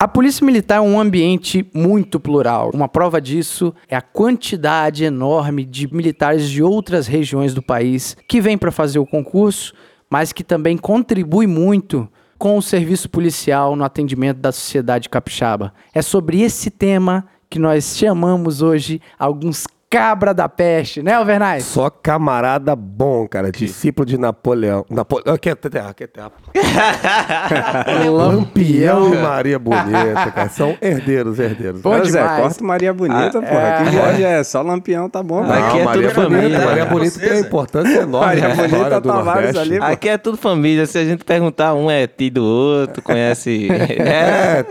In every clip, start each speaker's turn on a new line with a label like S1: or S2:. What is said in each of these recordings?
S1: A polícia militar é um ambiente muito plural. Uma prova disso é a quantidade enorme de militares de outras regiões do país que vêm para fazer o concurso, mas que também contribui muito com o serviço policial no atendimento da sociedade capixaba. É sobre esse tema que nós chamamos hoje alguns cabra da peste, né, Alvernais?
S2: É. Só camarada bom, cara. Discípulo de Napoleão. Napoleão. Aqui é terra, aqui é terra. Lampião e Maria Bonita, cara. São herdeiros, herdeiros.
S1: Bom
S3: Ô, Zé,
S1: demais. Ah,
S3: corta Maria Bonita, porra. Que viagem é essa? Só Lampião tá bom, velho.
S4: aqui é
S2: Maria
S4: tudo
S2: Bonita.
S4: família,
S2: Maria
S4: né?
S2: Bonita tem uma importância enorme.
S3: Maria
S2: na
S3: Bonita
S2: história do
S3: Tavares
S2: Nordeste.
S3: ali, pô.
S4: Aqui é tudo família. Se a gente perguntar, um é tio do outro, conhece. É.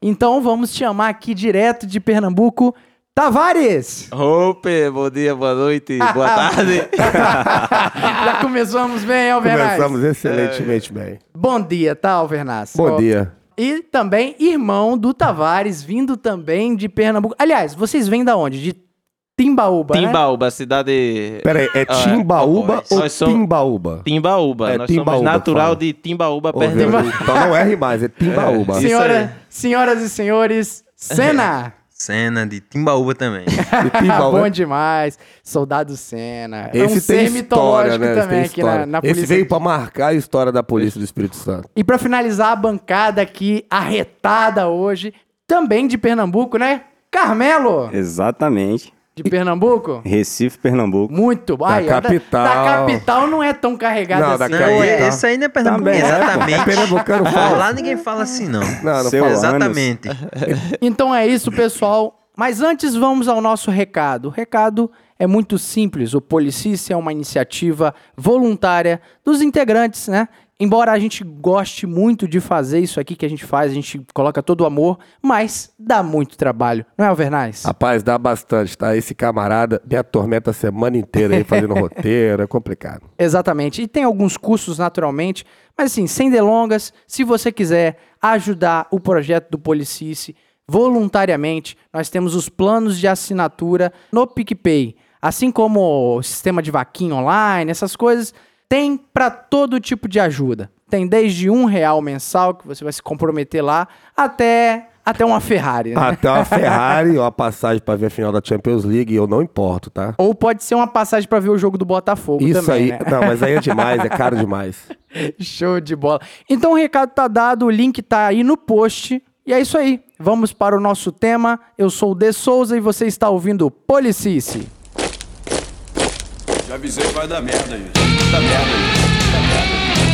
S1: Então vamos te chamar aqui direto de Pernambuco, Tavares!
S4: Roupe, bom dia, boa noite, boa tarde.
S1: Já começamos bem, Alvernaz.
S2: Começamos excelentemente bem.
S1: Bom dia, tá, Alvernaz?
S2: Bom
S1: Ó,
S2: dia.
S1: E também irmão do Tavares, vindo também de Pernambuco. Aliás, vocês vêm da onde? De Timbaúba, né?
S4: Timbaúba, cidade.
S2: Peraí, é
S4: Ah,
S2: Timbaúba
S4: nós
S2: ou
S4: somos-
S2: Timbaúba?
S4: Timbaúba.
S2: É,
S4: Nós
S2: Timbaúba,
S4: somos natural
S2: fala.
S4: de Timbaúba,
S2: Ouviu?
S4: Pernambuco.
S2: Então não erre mais, é Timbaúba.
S4: É.
S1: Senhora, senhoras e senhores, Senna! Tá
S4: Cena de Timbaúba também.
S2: E
S1: Ah, Bom
S2: Timbaúba. né?
S1: demais. Soldado Senna. É um
S2: Esse
S1: ser
S2: tem história,
S1: mitológico
S2: né? Esse,
S1: também
S2: tem
S1: aqui na,
S2: história.
S1: na
S2: Esse
S1: polícia.
S2: veio pra marcar a história da polícia do Espírito Santo.
S1: E pra finalizar a bancada aqui, arretada hoje, também de Pernambuco, né? Carmelo,
S3: Exatamente.
S1: de Pernambuco.
S3: Recife, Pernambuco.
S1: Muito. bom.
S2: Da
S1: Aí, ó,
S2: capital.
S1: Da, capital não é tão carregada
S2: Não,
S1: assim.
S2: da
S1: né?
S2: capital.
S1: Ué.
S2: tá.
S5: Isso aí não é Pernambuco.
S3: Também, né?
S5: exatamente.
S2: É pernambucano falso.
S5: Lá ninguém fala assim, não.
S2: Não, não
S3: Seu
S2: fala.
S5: Exatamente.
S1: Então é isso, pessoal. Mas antes vamos ao nosso recado. O recado é muito simples. O Policícia é uma iniciativa voluntária dos integrantes, né? Embora a gente goste muito de fazer isso aqui que a gente faz, a gente coloca todo o amor, mas dá muito trabalho, não é, Alvernais?
S2: Rapaz, dá bastante, tá? Esse camarada me atormenta a semana inteira aí fazendo roteiro, é complicado.
S1: Exatamente. E tem alguns cursos, naturalmente. Mas assim, sem delongas, se você quiser ajudar o projeto do Policice voluntariamente, nós temos os planos de assinatura no PicPay. Assim como o sistema de vaquinha online, essas coisas, tem para todo tipo de ajuda. Tem desde um real mensal, que você vai se comprometer lá, até, até uma Ferrari. né?
S2: Até uma Ferrari, uma passagem pra ver a final da Champions League, eu não importo, tá?
S1: Ou pode ser uma passagem para ver o jogo do Botafogo
S2: Isso
S1: também,
S2: aí,
S1: né?
S2: não, mas aí é demais, é caro demais.
S1: Show de bola. Então o recado tá dado, o link tá aí no post. E é isso aí. Vamos para o nosso tema. Eu sou o De Souza e você está ouvindo o Policice.
S6: Já avisei que vai dar merda isso. Dá merda isso.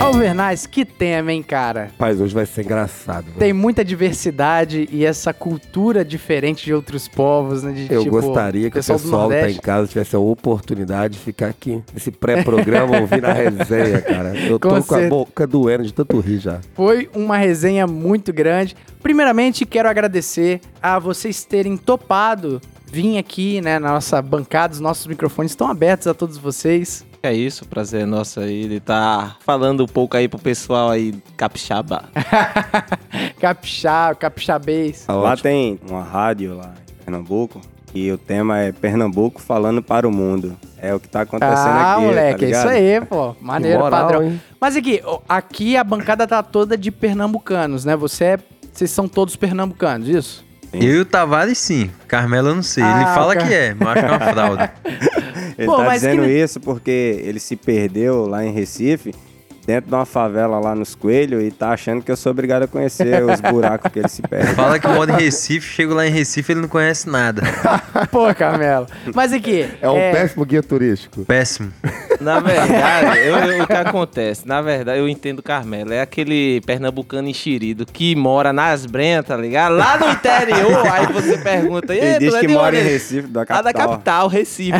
S1: Alvernais, que tema, hein, cara?
S2: Rapaz, hoje vai ser engraçado. né?
S1: Tem muita diversidade e essa cultura diferente de outros povos, né? De,
S2: Eu
S1: tipo,
S2: gostaria que o pessoal,
S1: do
S2: que tá
S1: Nordeste.
S2: em casa tivesse a oportunidade de ficar aqui nesse pré-programa ouvindo a resenha, cara. Eu tô
S1: Com
S2: com,
S1: certeza.
S2: a boca doendo de tanto rir já.
S1: Foi uma resenha muito grande. Primeiramente, quero agradecer a vocês terem topado vir aqui, né, na nossa bancada. Os nossos microfones estão abertos a todos vocês.
S4: É isso, prazer nosso aí de estar falando um pouco aí pro pessoal aí capixaba.
S1: Capixaba, capixabês.
S2: Tá
S3: Lá
S2: ótimo.
S3: tem uma rádio lá em Pernambuco. E o tema é Pernambuco falando para o mundo. É o que tá acontecendo
S1: Ah,
S3: aqui.
S1: moleque,
S3: tá
S1: é isso
S3: ligado?
S1: aí, pô. Maneiro,
S2: moral,
S1: padrão.
S2: hein?
S1: Mas aqui, ó, aqui a bancada tá toda de pernambucanos, né? Você é, vocês são todos pernambucanos, isso?
S5: Eu e o Tavares, sim. Carmelo, eu não sei.
S1: Ah,
S5: Ele
S1: o
S5: fala
S1: Car-
S5: que é, mas acho que é uma fraude.
S3: Ele
S1: Pô,
S3: tá
S1: mas que
S3: dizendo
S1: não-
S3: isso porque ele se perdeu lá em Recife, dentro de uma favela lá nos Coelhos, e tá achando que eu sou obrigado a conhecer os buracos que ele se perde.
S5: Fala que mora em Recife, chego lá em Recife, ele não conhece nada.
S1: Pô, Carmelo. Mas aqui.
S2: É um péssimo guia turístico.
S5: Péssimo.
S4: Na verdade, eu- eu- o que acontece? Na verdade, eu entendo Carmelo. É aquele pernambucano enxerido que mora nas Brentas, tá ligado? Lá no interior, aí você pergunta. "E aí,
S3: Ele
S4: tu
S3: diz
S4: é
S3: que
S4: de
S3: mora em
S4: onde?"
S3: Recife, da
S4: Lá
S3: capital.
S4: da capital, Recife.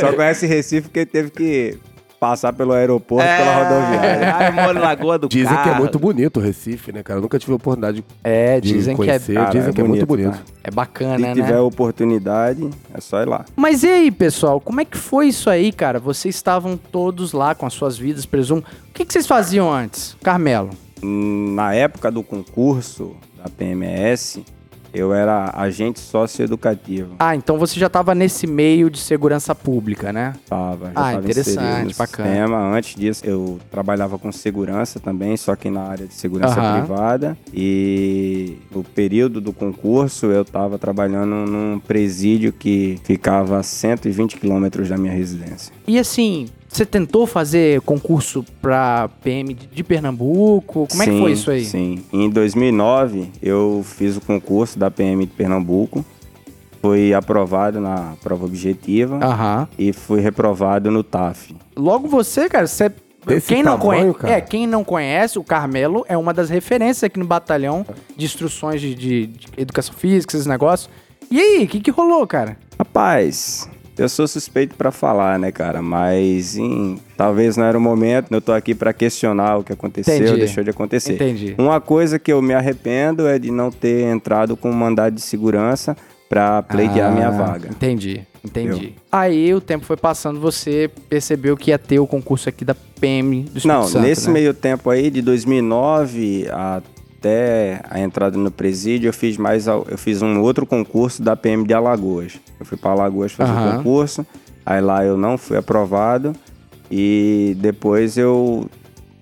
S3: Só conhece Recife porque teve que passar pelo aeroporto, pela rodoviária.
S4: Ah, É, eu moro em Lagoa do
S2: Dizem que é
S4: Carro.
S2: muito bonito o Recife, né, cara? Eu nunca tive a oportunidade de
S1: É,
S2: de
S1: dizem que é,
S2: conhecer.
S3: Cara,
S2: dizem
S3: é
S2: que é muito
S3: bonito,
S2: bonito.
S1: é bacana,
S3: Se
S1: né?
S3: tiver um- oportunidade, é só ir lá.
S1: Mas e aí, pessoal, como é que foi isso aí, cara? Vocês estavam todos lá com as suas vidas, presumo. O que, que vocês faziam antes, Carmelo?
S3: Na época do concurso da PMS, eu era agente socioeducativo.
S1: Ah, então você já tava nesse meio de segurança pública, né?
S3: Tava, já
S1: Ah,
S3: tava
S1: interessante,
S3: inserido nesse
S1: bacana.
S3: Sistema. Antes disso, eu trabalhava com segurança também, só que na área de segurança
S1: Aham.
S3: privada. E no período do concurso, eu estava trabalhando num presídio que ficava a 120 quilômetros da minha residência.
S1: E assim, você tentou fazer concurso pra PM de- de Pernambuco? Como é que
S3: Sim,
S1: foi isso aí?
S3: Sim. Em 2009, eu fiz o concurso da PM de Pernambuco. Fui aprovado na prova objetiva
S1: Aham.
S3: e fui reprovado no TAF.
S1: Logo você, cara, você
S2: Desse
S1: quem não
S2: tamanho,
S1: conhece,
S2: cara?
S1: é quem não conhece, o Carmelo é uma das referências aqui no batalhão de instruções de, de- de educação física, esses negócios. E aí, o que que rolou, cara?
S3: Rapaz, eu sou suspeito pra falar, né, cara? Mas em- talvez não era o momento. Eu tô aqui pra questionar o que aconteceu,
S1: Entendi.
S3: deixou de acontecer.
S1: Entendi.
S3: Uma coisa que eu me arrependo é de não ter entrado com um mandado de segurança pra pleitear
S1: Ah,
S3: é minha vaga.
S1: Entendi, entendi. Aí o tempo foi passando, você percebeu que ia ter o concurso aqui da PM do Espírito
S3: Não,
S1: Santo,
S3: nesse
S1: né?
S3: meio tempo aí, de 2009 até a entrada no presídio, eu fiz mais al- eu fiz um outro concurso da PM de Alagoas. Eu fui para Alagoas fazer o
S1: Aham.
S3: concurso, aí lá eu não fui aprovado e depois eu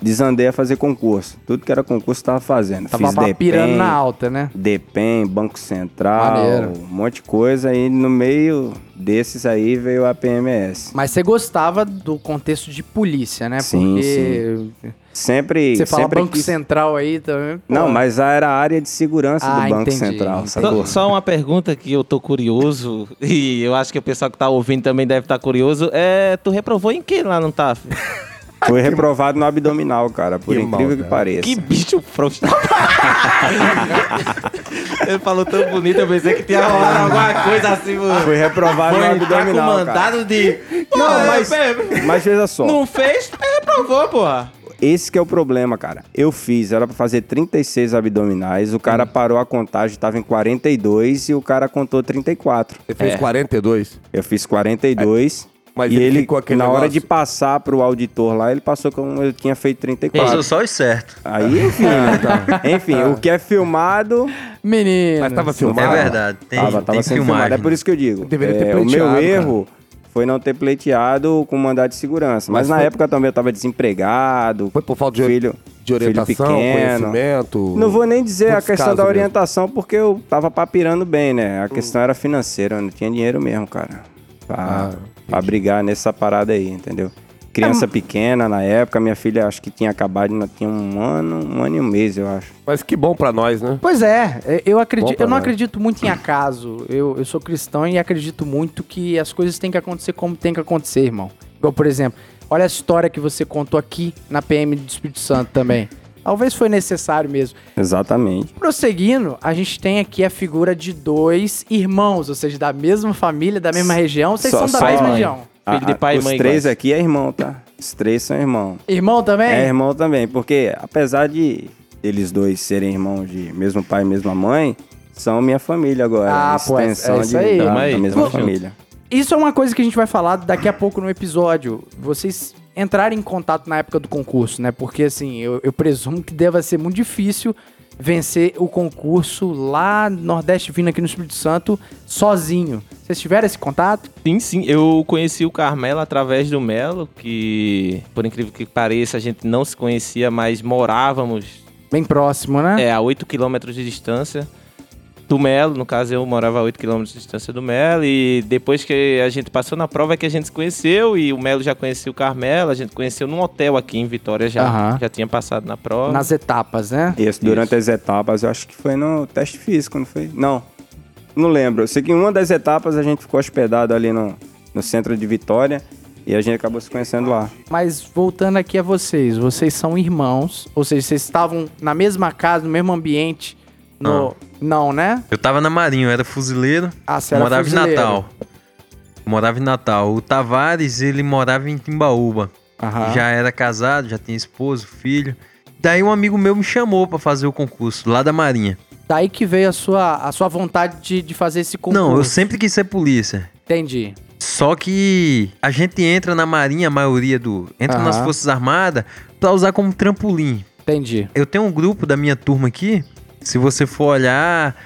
S3: desandei a fazer concurso. Tudo que era concurso eu tava fazendo.
S1: Tava
S3: fiz
S1: pirando
S3: DPEM,
S1: na alta, né?
S3: DPEM, Banco Central,
S1: Maneiro.
S3: um monte de coisa e no meio desses aí veio a PMS.
S1: Mas você gostava do contexto de polícia, né?
S3: Sim,
S1: Porque
S3: Sempre,
S1: você fala
S3: sempre
S1: Banco
S3: quis-
S1: Central aí também. pô,
S3: Não, mas a- era a área de segurança
S1: Ah,
S3: do Banco
S1: entendi,
S3: Central,
S1: entendi.
S3: sacou?
S4: Só, só uma pergunta que eu tô curioso, e eu acho que o pessoal que tá ouvindo também deve estar curioso. É, tu reprovou em que lá no TAF?
S3: Foi reprovado no abdominal, cara, por
S2: Que
S3: incrível
S2: maldade.
S3: que pareça.
S4: Que bicho frouxo. Ele falou tão bonito, eu pensei que tinha rolado alguma coisa assim. mano.
S3: Foi reprovado no
S4: Foi entrar com
S3: abdominal, cara.
S4: mandado de. Pô,
S3: Não, mas,
S4: é,
S3: mas veja só,
S4: Não fez, mas reprovou, porra.
S3: esse que é o problema, cara. Eu fiz, era pra fazer 36 abdominais, o cara parou a contagem, tava em 42 e o cara contou 34.
S2: Você fez 42.
S3: Eu fiz 42
S2: Mas
S3: e
S2: ele
S3: ele,
S2: ficou aquele
S3: na hora
S2: negócio?
S3: de passar pro auditor lá, ele passou como eu tinha feito 34.
S5: Passou só os certos.
S3: Aí, enfim, enfim, o que é filmado
S1: Menino.
S2: Mas tava
S5: É
S2: filmado?
S5: verdade. Tem,
S3: tava, tava
S5: tem
S3: sendo filmado. É
S5: filmagem.
S3: por isso que eu digo.
S2: Deveria ter
S3: é, o meu
S2: pleiteado,
S3: erro foi não ter pleiteado com mandado de segurança. Mas,
S2: Mas
S3: na
S2: foi-
S3: época também eu tava desempregado.
S2: Foi por falta de,
S3: filho,
S2: de orientação,
S3: filho pequeno.
S2: conhecimento?
S3: Não vou nem dizer a
S2: Putz,
S3: questão
S2: caso
S3: da
S2: mesmo. Hum.
S3: orientação, porque eu tava papirando bem, né? A questão era financeira, eu não tinha dinheiro mesmo, cara.
S2: Ah,
S3: Pra, pra brigar nessa parada aí, entendeu?
S2: É,
S3: Criança pequena na época, minha filha acho que tinha acabado, não tinha um ano, um ano e um mês, eu acho.
S2: Mas que bom pra nós, né?
S1: Pois é, é, eu acredito,
S2: Bom
S1: eu não
S2: trabalho.
S1: acredito muito em acaso. Eu, eu sou cristão e acredito muito que as coisas têm que acontecer como tem que acontecer, irmão. Igual, por exemplo, olha a história que você contou aqui na PM do Espírito Santo também. Talvez foi necessário mesmo.
S3: Exatamente.
S1: Prosseguindo, a gente tem aqui a figura de dois irmãos, ou seja, da mesma família, da mesma região. Vocês
S3: Só-
S1: são da
S3: só-
S1: mesma
S4: mãe.
S1: região.
S4: Filho de
S3: Ah, ah,
S4: pai e
S3: os
S4: mãe
S3: três
S4: iguais.
S3: aqui é irmão, tá? Os três são irmão.
S1: Irmão também?
S3: É irmão também, porque apesar de eles dois serem irmãos de mesmo pai e mesma mãe, são minha família agora.
S1: Ah,
S3: uma
S1: pô, é- é
S3: extensão
S1: isso
S3: de,
S1: aí.
S3: da-
S4: Tamo
S3: da
S4: aí,
S3: mesma
S4: tamo junto.
S3: família.
S1: Isso é uma coisa que a gente vai falar daqui a pouco no episódio. Vocês entrarem em contato na época do concurso, né? Porque, assim, eu, eu presumo que deva ser muito difícil vencer o concurso lá no Nordeste, vindo aqui no Espírito Santo, sozinho. Vocês tiveram esse contato?
S4: Sim, sim. Eu conheci o Carmelo através do Melo, que, por incrível que pareça, a gente não se conhecia, mas morávamos
S1: Bem próximo, né?
S4: É, a 8 km de distância do Melo. No caso, eu morava a 8 km de distância do Melo. E depois que a gente passou na prova é que a gente se conheceu. E o Melo já conhecia o Carmelo. A gente conheceu num hotel aqui em Vitória já.
S1: Aham.
S4: Já tinha passado na prova. É
S1: Nas etapas, né?
S3: Isso, durante as etapas, eu acho que foi no teste físico, não foi? Não, não lembro. Eu sei que em uma das etapas a gente ficou hospedado ali no, no centro de Vitória e a gente acabou se conhecendo lá.
S1: Mas voltando aqui a vocês, vocês são irmãos, ou seja, vocês estavam na mesma casa, no mesmo ambiente. No... Não, né?
S5: Eu tava na Marinho, eu era fuzileiro.
S1: Ah, você
S5: Eu
S1: era
S5: morava
S1: fuzileiro.
S5: em Natal. Eu morava em Natal. O Tavares, ele morava em Timbaúba.
S3: Ah.
S1: Aham.
S5: Já era casado, já tinha esposo, filho. Daí um amigo meu me chamou pra fazer o concurso lá da Marinha.
S1: Daí que veio a sua, a sua vontade de, de fazer esse concurso.
S5: Não, eu sempre quis ser polícia.
S1: Entendi.
S5: Só que a gente entra na Marinha, a maioria do. Entra nas
S1: Aham.
S5: Forças Armadas pra usar como trampolim.
S1: Entendi.
S5: Eu tenho um grupo da minha turma aqui. Se você for olhar,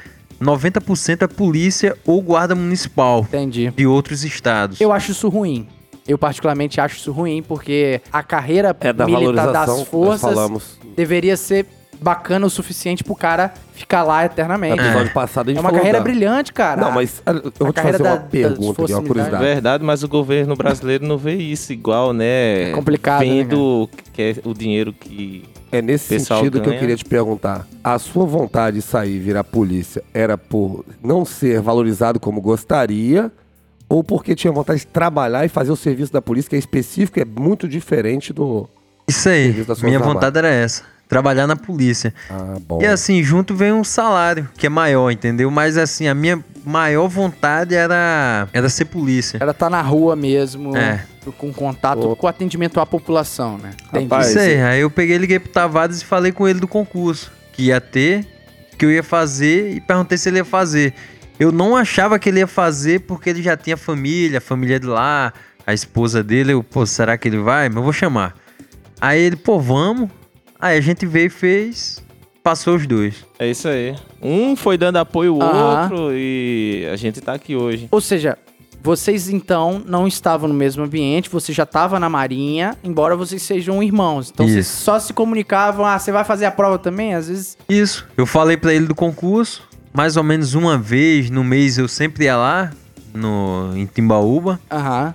S5: 90% é polícia ou guarda municipal
S1: Entendi.
S5: de outros estados.
S1: Eu acho isso ruim. Eu particularmente acho isso ruim, porque a carreira
S2: É da
S1: militar
S2: valorização
S1: das
S2: nós
S1: forças
S2: falamos.
S1: deveria ser bacana o suficiente pro cara ficar lá
S2: No
S1: eternamente.
S2: episódio passado a gente
S1: É uma
S2: falou
S1: carreira
S2: da-
S1: brilhante, cara.
S2: Não, mas ah, eu vou te
S1: carreira
S2: fazer uma
S1: da- das
S2: pergunta aqui,
S1: forças
S2: uma
S4: É
S2: curiosidade.
S4: verdade, mas o governo brasileiro não vê isso igual, né?
S1: É complicado, né,
S4: Vendo que é o dinheiro que.
S2: É nesse
S4: Pessoal
S2: sentido que eu
S4: ganha.
S2: queria te perguntar. A sua vontade de sair e virar polícia era por não ser valorizado como gostaria ou porque tinha vontade de trabalhar e fazer o serviço da polícia, que é específico, e é muito diferente do...
S5: Isso aí,
S2: Serviço das Forças
S5: minha
S2: Armadas.
S5: vontade era essa. Trabalhar na polícia.
S2: Ah, bom.
S5: E assim, junto vem um salário, que é maior, entendeu? Mas assim, a minha maior vontade era, era ser polícia.
S1: Ela tá na rua mesmo,
S5: É.
S1: com contato, com atendimento à população, né? Entendi.
S3: Rapaz,
S5: Isso aí, aí eu peguei, liguei pro Tavares e falei com ele do concurso que ia ter, que eu ia fazer e perguntei se ele ia fazer. Eu não achava que ele ia fazer porque ele já tinha família, a família é de lá, a esposa dele. Eu, pô, será que ele vai? Mas eu vou chamar. Aí ele, pô, vamos. Aí a gente veio e fez, passou os dois.
S4: É isso aí. Um foi dando apoio ao
S1: Aham.
S4: outro e a gente tá aqui hoje.
S1: Ou seja, vocês então não estavam no mesmo ambiente, você já estava na marinha, embora vocês sejam irmãos. Então vocês
S5: Isso.
S1: só se comunicavam, ah, você vai fazer a prova também? Às vezes.
S5: Isso. Eu falei pra ele do concurso. Mais ou menos uma vez no mês eu sempre ia lá, no, em Timbaúba.
S1: Aham.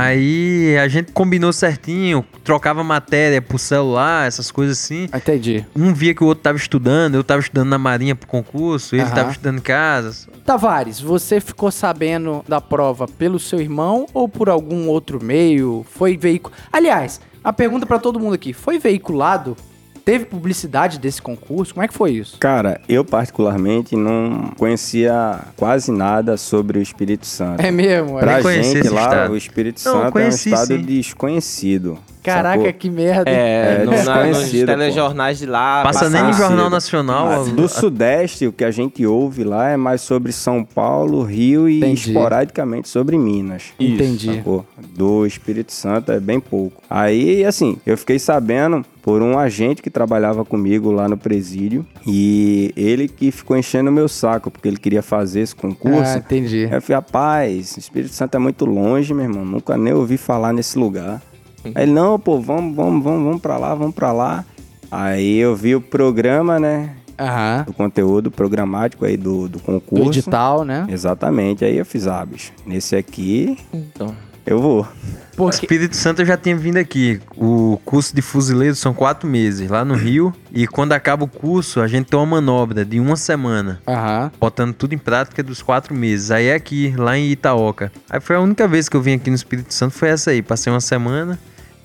S5: Aí a gente combinou certinho, trocava matéria por celular, essas coisas assim.
S1: Entendi.
S5: Um via que o outro tava estudando, eu tava estudando na marinha pro concurso, ele
S1: Aham.
S5: tava estudando em casa.
S1: Tavares, você ficou sabendo da prova pelo seu irmão ou por algum outro meio? Foi veicu... Aliás, a pergunta pra todo mundo aqui: foi veiculado? Teve publicidade desse concurso? Como é que foi isso?
S3: Cara, eu particularmente não conhecia quase nada sobre o Espírito Santo.
S1: É mesmo? é.
S3: Pra
S5: Nem conhecia
S3: gente
S5: esse
S3: lá,
S5: estado.
S3: o Espírito
S5: Não,
S3: Santo
S5: conheci,
S3: é um estado
S5: sim.
S3: desconhecido.
S1: Caraca,
S3: sacou?
S1: que merda. hein?
S4: É,
S3: É,
S4: no, na, nos
S3: desconhecido, pô.
S4: telejornais de lá.
S5: Passa
S4: passava-
S5: nem no Jornal
S3: cedo.
S5: Nacional.
S3: Ah, tá Mas do Sudeste, o que a gente ouve lá é mais sobre São Paulo, Rio e
S1: Entendi.
S3: esporadicamente sobre Minas.
S1: Entendi.
S3: Sacou? Do Espírito Santo é bem pouco. Aí, assim, eu fiquei sabendo por um agente que trabalhava comigo lá no presídio e ele que ficou enchendo o meu saco porque ele queria fazer esse
S1: Ah,
S3: concurso.
S1: entendi.
S3: Aí Eu falei, rapaz, o Espírito Santo é muito longe, meu irmão. Nunca nem ouvi falar nesse lugar. Aí ele, não, pô, vamos, vamos, vamos, vamos pra lá, vamos pra lá. Aí eu vi o programa, né?
S1: Aham.
S3: O conteúdo programático aí do, do concurso.
S1: Do edital, né?
S3: Exatamente. Aí eu fiz, ah, bicho, nesse aqui
S4: Então.
S3: eu vou.
S1: Porque...
S5: Espírito Santo eu já tinha vindo aqui. O curso de fuzileiro são quatro meses lá no Rio. E quando acaba o curso, a gente tem uma manobra de uma semana.
S1: Aham.
S5: botando tudo em prática dos quatro meses. Aí é aqui, lá em Itaoca. Aí foi a única vez que eu vim aqui no Espírito Santo, foi essa aí. Passei uma semana.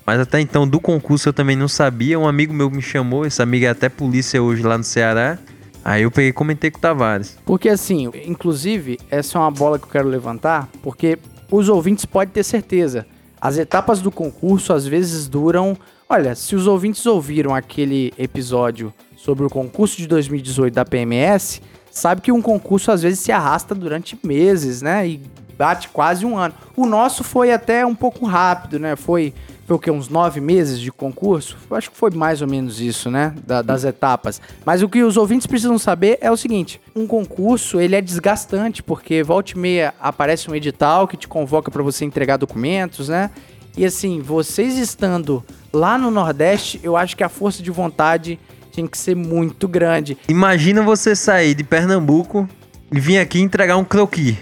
S5: Mas até então, do concurso eu também não sabia. Um amigo meu me chamou, esse amigo é até polícia hoje lá no Ceará. Aí eu peguei e comentei com o Tavares.
S1: Porque assim, inclusive, essa é uma bola que eu quero levantar, porque os ouvintes podem ter certeza. As etapas do concurso às vezes duram. Olha, se os ouvintes ouviram aquele episódio sobre o concurso de 2018 da PMS, sabe que um concurso às vezes se arrasta durante meses, né? E bate quase um ano. O nosso foi até um pouco rápido, né? Foi, foi o quê? Uns nove meses de concurso? Eu Acho que foi mais ou menos isso, né? Da- das etapas. Mas o que os ouvintes precisam saber é o seguinte: um concurso ele é desgastante, porque volta e meia aparece um edital que te convoca para você entregar documentos, né? E assim, vocês estando lá no Nordeste, eu acho que a força de vontade tinha que ser muito grande.
S5: Imagina você sair de Pernambuco e vir aqui entregar um croqui.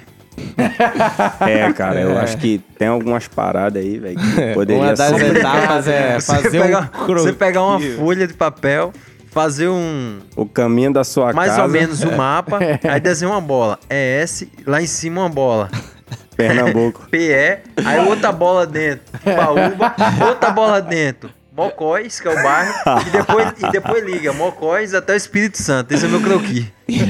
S3: É, cara, eu acho que tem algumas paradas aí, velho, que poderia
S4: Uma das
S3: ser
S4: etapas é
S5: você,
S4: fazer
S5: pegar,
S4: um croquis.
S5: você pegar uma folha de papel, fazer um,
S3: o caminho da sua
S5: mais
S3: casa,
S5: ou menos um mapa, aí desenha uma bola. É S, lá em cima uma bola.
S3: Pernambuco.
S5: PE, aí outra bola dentro, Baúba, outra bola dentro, Mocóis, que é o bairro, e depois, e depois liga, Mocóis até o Espírito Santo, esse é meu croqui.
S2: E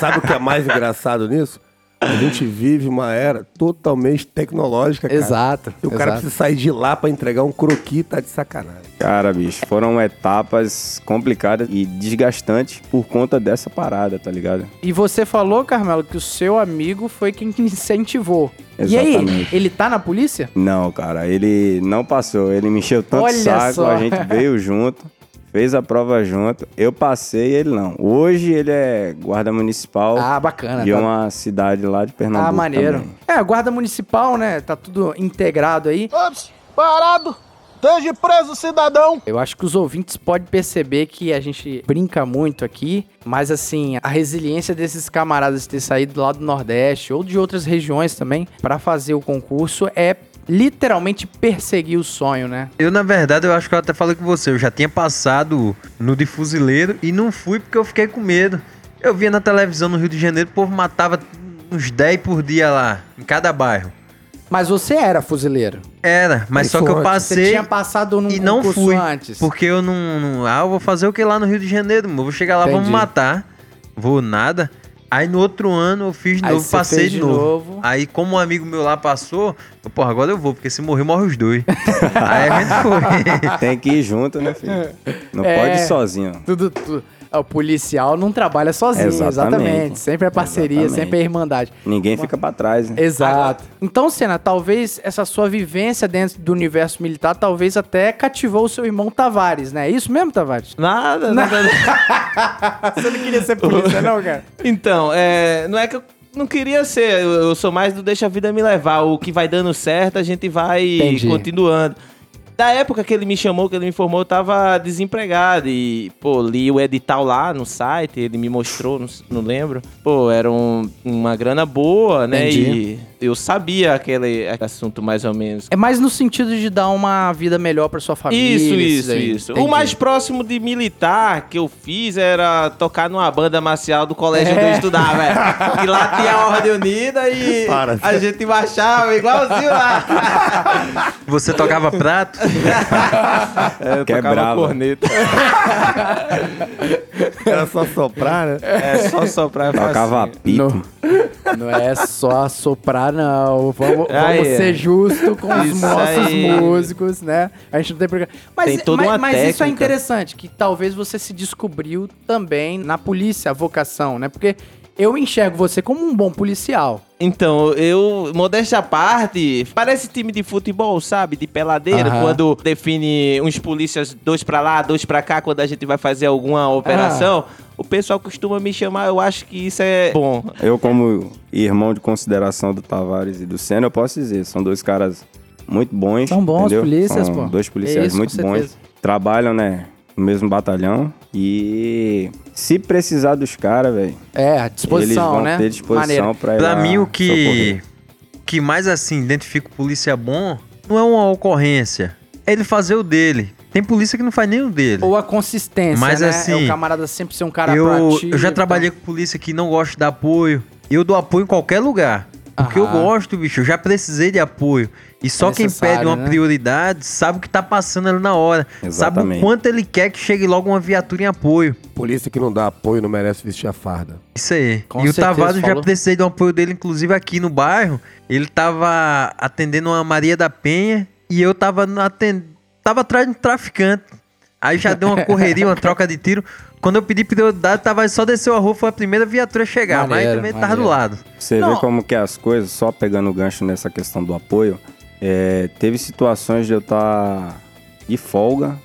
S2: sabe o que é mais engraçado nisso? A gente vive uma era totalmente tecnológica, cara.
S1: Exato.
S2: E o cara
S1: exato.
S2: precisa sair de lá pra entregar um croqui, tá de sacanagem.
S3: Cara, bicho, foram etapas complicadas e desgastantes por conta dessa parada, tá ligado?
S1: E você falou, Carmelo, que o seu amigo foi quem que incentivou. E aí,
S3: Exatamente.
S1: ele tá na polícia?
S3: Não, cara, ele não passou. Ele me encheu tanto
S1: Olha
S3: saco,
S1: só.
S3: a gente veio junto, fez a prova junto. Eu passei, ele não. Hoje ele é guarda municipal
S1: Ah, bacana.
S3: de
S1: tá-
S3: uma cidade lá de Pernambuco.
S1: Ah, maneiro.
S3: também.
S1: É, a guarda municipal, né? Tá tudo integrado aí.
S7: Antes, parado, desde preso cidadão.
S1: Eu acho que os ouvintes podem perceber que a gente brinca muito aqui, mas assim, a resiliência desses camaradas de ter saído lá do Nordeste ou de outras regiões também pra fazer o concurso é literalmente perseguir o sonho, né?
S5: Eu, na verdade, eu acho que eu até falei com você. Eu já tinha passado no de fuzileiro e não fui porque eu fiquei com medo. Eu via na televisão no Rio de Janeiro, o povo matava uns 10 por dia lá, em cada bairro.
S1: Mas você era fuzileiro.
S5: Era, mas
S2: Isso
S5: só que eu
S2: ótimo.
S1: Você
S5: passei
S1: tinha passado num
S5: e não
S1: concurso
S5: fui.
S1: antes.
S5: Porque eu não, não- Ah, eu vou fazer o que lá no Rio de Janeiro, mano? Eu Vou chegar lá, vou me
S1: Entendi.
S5: matar. Vou nada. Aí no outro ano eu fiz de
S1: Aí
S5: novo,
S1: você
S5: passei
S1: fez
S5: de
S1: de
S5: novo.
S1: novo.
S5: Aí, como um amigo meu lá passou, eu, porra, agora eu vou, porque se morrer, morre os dois. Aí a gente foi.
S3: Tem que ir junto, né, filho? Não
S1: É.
S3: pode ir sozinho.
S1: Tudo, tudo. O policial não trabalha sozinho, exatamente.
S3: Exatamente.
S1: Sempre é parceria,
S3: Exatamente.
S1: sempre é irmandade.
S3: Ninguém fica pra trás, né?
S1: Exato. Então, Senna, talvez essa sua vivência dentro do universo militar talvez até cativou o seu irmão Tavares, né? É isso mesmo, Tavares?
S4: Nada, nada.
S1: Você não queria ser polícia, não, cara?
S4: Então, é, não é que eu não queria ser, eu, eu sou mais do deixa a vida me levar, o que vai dando certo a gente vai
S1: Entendi.
S4: continuando. Da época que ele me chamou, que ele me informou, eu tava desempregado e, pô, li o edital lá no site, ele me mostrou, não, s- não lembro. Pô, era um- uma grana boa, né?
S1: Entendi.
S4: E eu sabia aquele assunto mais ou menos.
S1: É mais no sentido de dar uma vida melhor pra sua família.
S4: Isso, isso,
S1: daí.
S4: isso. O
S1: Entendi.
S4: mais próximo de militar que eu fiz era tocar numa banda marcial do colégio
S1: É.
S4: onde eu estudava. velho. E lá tinha a Ordem Unida e
S2: Para.
S4: a gente marchava igualzinho lá.
S5: Você tocava prato?
S4: Eu
S1: é
S3: Quebrava.
S4: corneta.
S2: Era só soprar, né?
S4: É, só soprar e
S3: Tocava
S4: assim.
S3: apito.
S1: Não, não é só soprar, não. Vamos, vamos
S4: Aí, é.
S1: ser justos com os
S4: Isso
S1: nossos
S4: aí.
S1: músicos, né? A gente não tem problema. Mas,
S4: Tem toda
S1: mas-
S4: uma
S1: mas isso é
S4: técnica.
S1: interessante, que talvez você se descobriu também na polícia, a vocação, né? Porque eu enxergo você como um bom policial.
S4: Então, eu, modéstia à parte, parece time de futebol, sabe? De peladeiro,
S1: Aham.
S4: quando define uns polícias dois pra lá, dois pra cá, quando a gente vai fazer alguma operação.
S1: Ah.
S4: O pessoal costuma me chamar, eu acho que isso é bom.
S3: Eu, como irmão de consideração do Tavares e do Senna, eu posso dizer, são dois caras muito bons.
S1: São bons
S3: entendeu?
S1: polícias,
S3: são
S1: pô.
S3: Dois policiais
S1: É isso,
S3: muito
S1: com
S3: bons.
S1: certeza.
S3: Trabalham, né? No mesmo batalhão. E se precisar dos caras, velho,
S1: É, à
S3: eles
S1: disposição,
S3: vão
S1: né?
S3: ter disposição
S1: Maneiro.
S3: pra ir
S5: Pra
S3: lá
S5: mim, o
S3: socorrer.
S5: que, que mais assim identifica o polícia bom não é uma ocorrência. É ele fazer o dele. Tem polícia que não faz nem o dele.
S1: Ou a consistência,
S5: Mas,
S1: né?
S5: assim,
S1: é o camarada sempre ser um cara
S5: eu,
S1: proativo.
S5: eu já trabalhei com polícia que não gosta de apoio. Eu dou apoio em qualquer lugar. Porque eu
S1: Aham.
S5: gosto, bicho. Eu já precisei de apoio. E só
S1: É
S5: quem
S1: necessário,
S5: pede uma
S1: né?
S5: prioridade sabe o que tá passando ali na hora. Sabe o
S3: Exatamente.
S5: quanto ele quer que chegue logo uma viatura em apoio.
S2: Polícia que não dá apoio não merece vestir a farda.
S5: Isso aí.
S1: Com
S5: e o
S1: certeza,
S5: Tavares já
S1: falou.
S5: precisei de um apoio dele, inclusive aqui no bairro. Ele tava atendendo uma Maria da Penha e eu tava atendendo. Tava atrás de um traficante. Aí já deu uma correria, uma troca de tiro. Quando eu pedi prioridade, Tavares só desceu a rua, foi a primeira viatura a chegar, mas
S1: Maneiro,
S5: também tava do
S1: maneiro.
S5: lado.
S3: Você
S1: Não.
S3: vê como que as coisas, só pegando o gancho nessa questão do apoio, é, teve situações de eu estar de folga,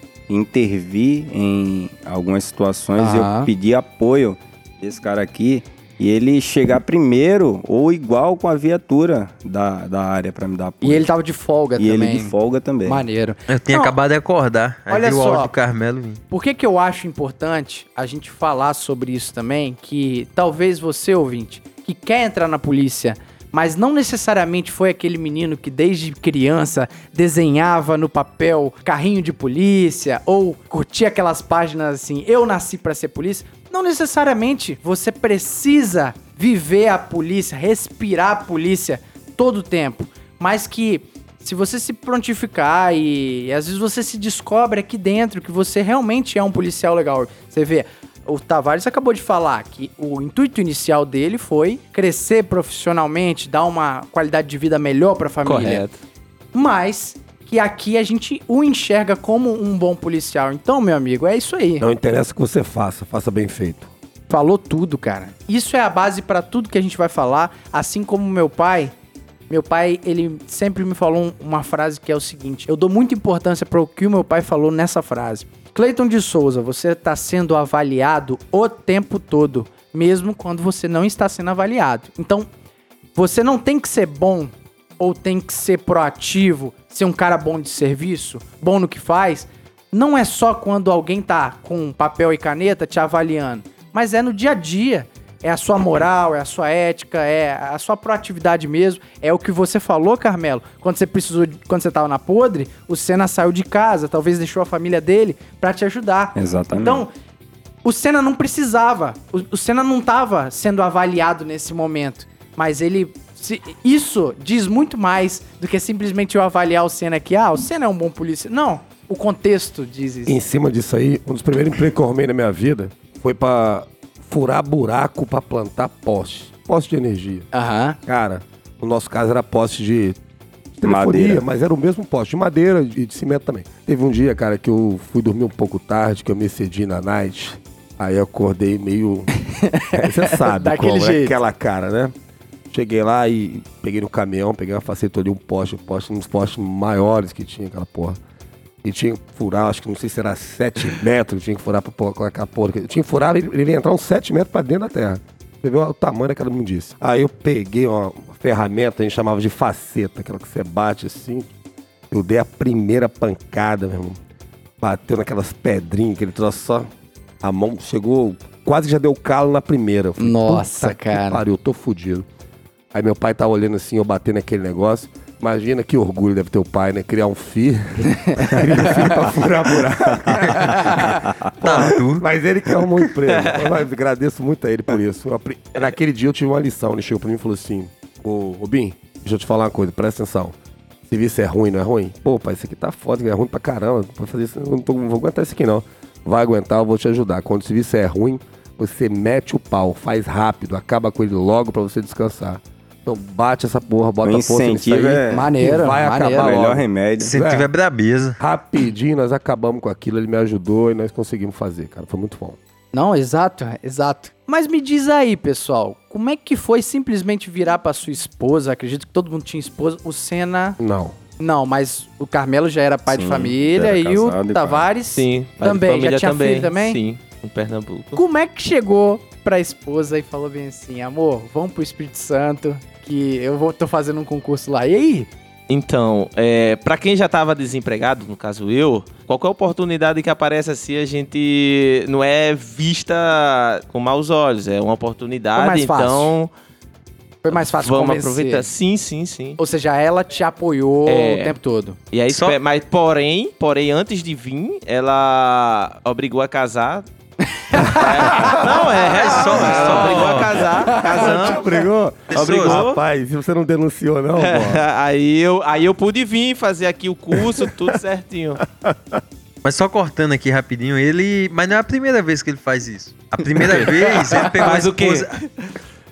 S3: intervir em algumas situações,
S1: Aham.
S3: eu pedi apoio desse cara aqui, e ele chegar primeiro ou igual com a viatura da, da área pra me dar apoio.
S1: E ele tava de folga
S3: E ele
S1: também.
S3: de folga é. também.
S1: Maneiro.
S5: Eu tinha
S1: Não.
S5: acabado de acordar. Aí
S1: Olha
S5: veio o
S1: só.
S5: áudio do Carmelo. e-
S1: Por que, que eu acho importante a gente falar sobre isso também? Que talvez você, ouvinte, que quer entrar na polícia, mas não necessariamente foi aquele menino que desde criança desenhava no papel carrinho de polícia ou curtia aquelas páginas assim, eu nasci pra ser polícia. Não necessariamente você precisa viver a polícia, respirar a polícia todo o tempo, mas que se você se prontificar e, e às vezes você se descobre aqui dentro que você realmente é um policial legal. Você vê, o Tavares acabou de falar que o intuito inicial dele foi crescer profissionalmente, dar uma qualidade de vida melhor para a família.
S4: Correto.
S1: Mas que aqui a gente o enxerga como um bom policial. Então, meu amigo, é isso aí.
S2: Não interessa o que você faça, faça bem feito.
S1: Falou tudo, cara. Isso é a base pra tudo que a gente vai falar, assim como meu pai. Meu pai, ele sempre me falou um- uma frase que é o seguinte: eu dou muita importância para o que o meu pai falou nessa frase. Cleiton de Souza, você está sendo avaliado o tempo todo, mesmo quando você não está sendo avaliado. Então, você não tem que ser bom ou tem que ser proativo, ser um cara bom de serviço, bom no que faz. Não é só quando alguém tá com papel e caneta te avaliando, mas é no dia a dia. É a sua moral, é a sua ética, é a sua proatividade mesmo. É o que você falou, Carmelo. Quando você precisou, de- quando você tava na podre, o Senna saiu de casa, talvez deixou a família dele pra te ajudar.
S3: Exatamente.
S1: Então, o Senna não precisava. O, o Senna não estava sendo avaliado nesse momento. Mas ele. se- isso diz muito mais do que simplesmente eu avaliar o Senna aqui. Ah, o Senna é um bom polícia. Não. O contexto diz isso.
S2: Em cima disso aí, um dos primeiros empregos que eu arrumei na minha vida foi pra furar buraco pra plantar poste. Poste de energia.
S1: Aham.
S2: Cara, no nosso caso era poste de telefonia,
S3: Madeira.
S2: mas era o mesmo poste de madeira e de cimento também. Teve um dia, cara, que eu fui dormir um pouco tarde, que eu me excedi na night. Aí eu acordei meio. é Você sabe,
S1: Daquele
S2: como,
S1: jeito.
S2: É aquela cara, né? Cheguei lá e peguei no caminhão, peguei uma faceta ali, um poste, um poste, uns postes maiores que tinha aquela porra. E tinha que furar, acho que não sei se era 7 metros, tinha que furar pra pôr aquela porra. que- Tinha que furar, ele, ele ia entrar uns 7 metros pra dentro da terra. Você viu o tamanho daquela mundice. Aí eu peguei uma ferramenta, a gente chamava de faceta, aquela que você bate assim. Eu dei a primeira pancada, meu irmão. Bateu naquelas pedrinhas, aquele troço só. A mão chegou, quase já deu calo na primeira. Eu falei,
S1: Nossa,
S2: "Puta que
S1: cara."
S2: Pariu, eu tô fudido. Aí meu pai tá olhando assim, eu batendo naquele negócio. Imagina que orgulho deve ter o pai, né? Criar um filho. Cria um filho pra furar buraco.
S5: Tá duro.
S2: Mas ele que arrumou um emprego. Eu agradeço muito a ele por isso. Eu apre- Naquele dia eu tive uma lição. Ele chegou pra mim e falou assim: Ô, ô Bim, deixa eu te falar uma coisa, presta atenção. Serviço é ruim, não é ruim? Pô, pai, isso aqui tá foda, é ruim pra caramba. Pra fazer isso, eu não, tô- não vou aguentar isso aqui não. Vai aguentar, eu vou te ajudar. Quando o serviço é ruim, você mete o pau, faz rápido, acaba com ele logo pra você descansar. Então bate essa porra, bota
S3: O
S2: a força nisso
S3: incentivo
S2: aí,
S3: é-
S2: que
S1: Maneiro,
S2: vai
S1: maneiro.
S2: acabar
S3: Melhor
S2: logo.
S3: remédio.
S1: É.
S5: Se tiver brabeza.
S2: Rapidinho nós acabamos com aquilo, ele me ajudou e nós conseguimos fazer, cara. Foi muito bom.
S1: Não, exato, exato. Mas me diz aí, pessoal, como é que foi simplesmente virar pra sua esposa? Acredito que todo mundo tinha esposa. O Senna.
S2: Não.
S1: Não, mas o Carmelo já era pai de
S3: Sim,
S1: família
S3: era
S1: e o
S3: casado e pai.
S1: Tavares
S4: Sim. pai de
S1: também. Já
S4: família
S1: tinha filho também?
S4: Sim, no Pernambuco.
S1: Como é que chegou pra esposa e falou bem assim, amor, vamos pro Espírito Santo, que eu vou, tô fazendo um concurso lá. E aí?
S4: Então, é, para quem já tava desempregado, no caso eu, qualquer oportunidade que aparece assim, a gente não é vista com maus olhos, é uma oportunidade,
S1: Foi mais fácil.
S4: então
S1: Foi mais fácil
S4: vamos
S1: convencer.
S4: aproveitar. Sim, sim, sim.
S1: Ou seja, ela te apoiou
S4: É.
S1: o tempo todo.
S4: E aí,
S5: Só-
S4: espe- mas porém, porém, antes de vir, ela obrigou a casar. É, não, é, é só,
S5: Ah.
S4: só obrigou a casar, casando.
S2: Obrigou?
S5: Pessoas.
S4: Obrigou.
S2: Rapaz, se você não denunciou, não,
S3: É.
S2: pô.
S4: É, aí, eu, aí eu pude vir fazer aqui o curso, tudo certinho.
S5: Mas só cortando aqui rapidinho, ele. Mas não é a primeira vez que ele faz isso. A primeira vez ele pegou
S4: Faz
S5: a
S4: o quê?
S5: esposa.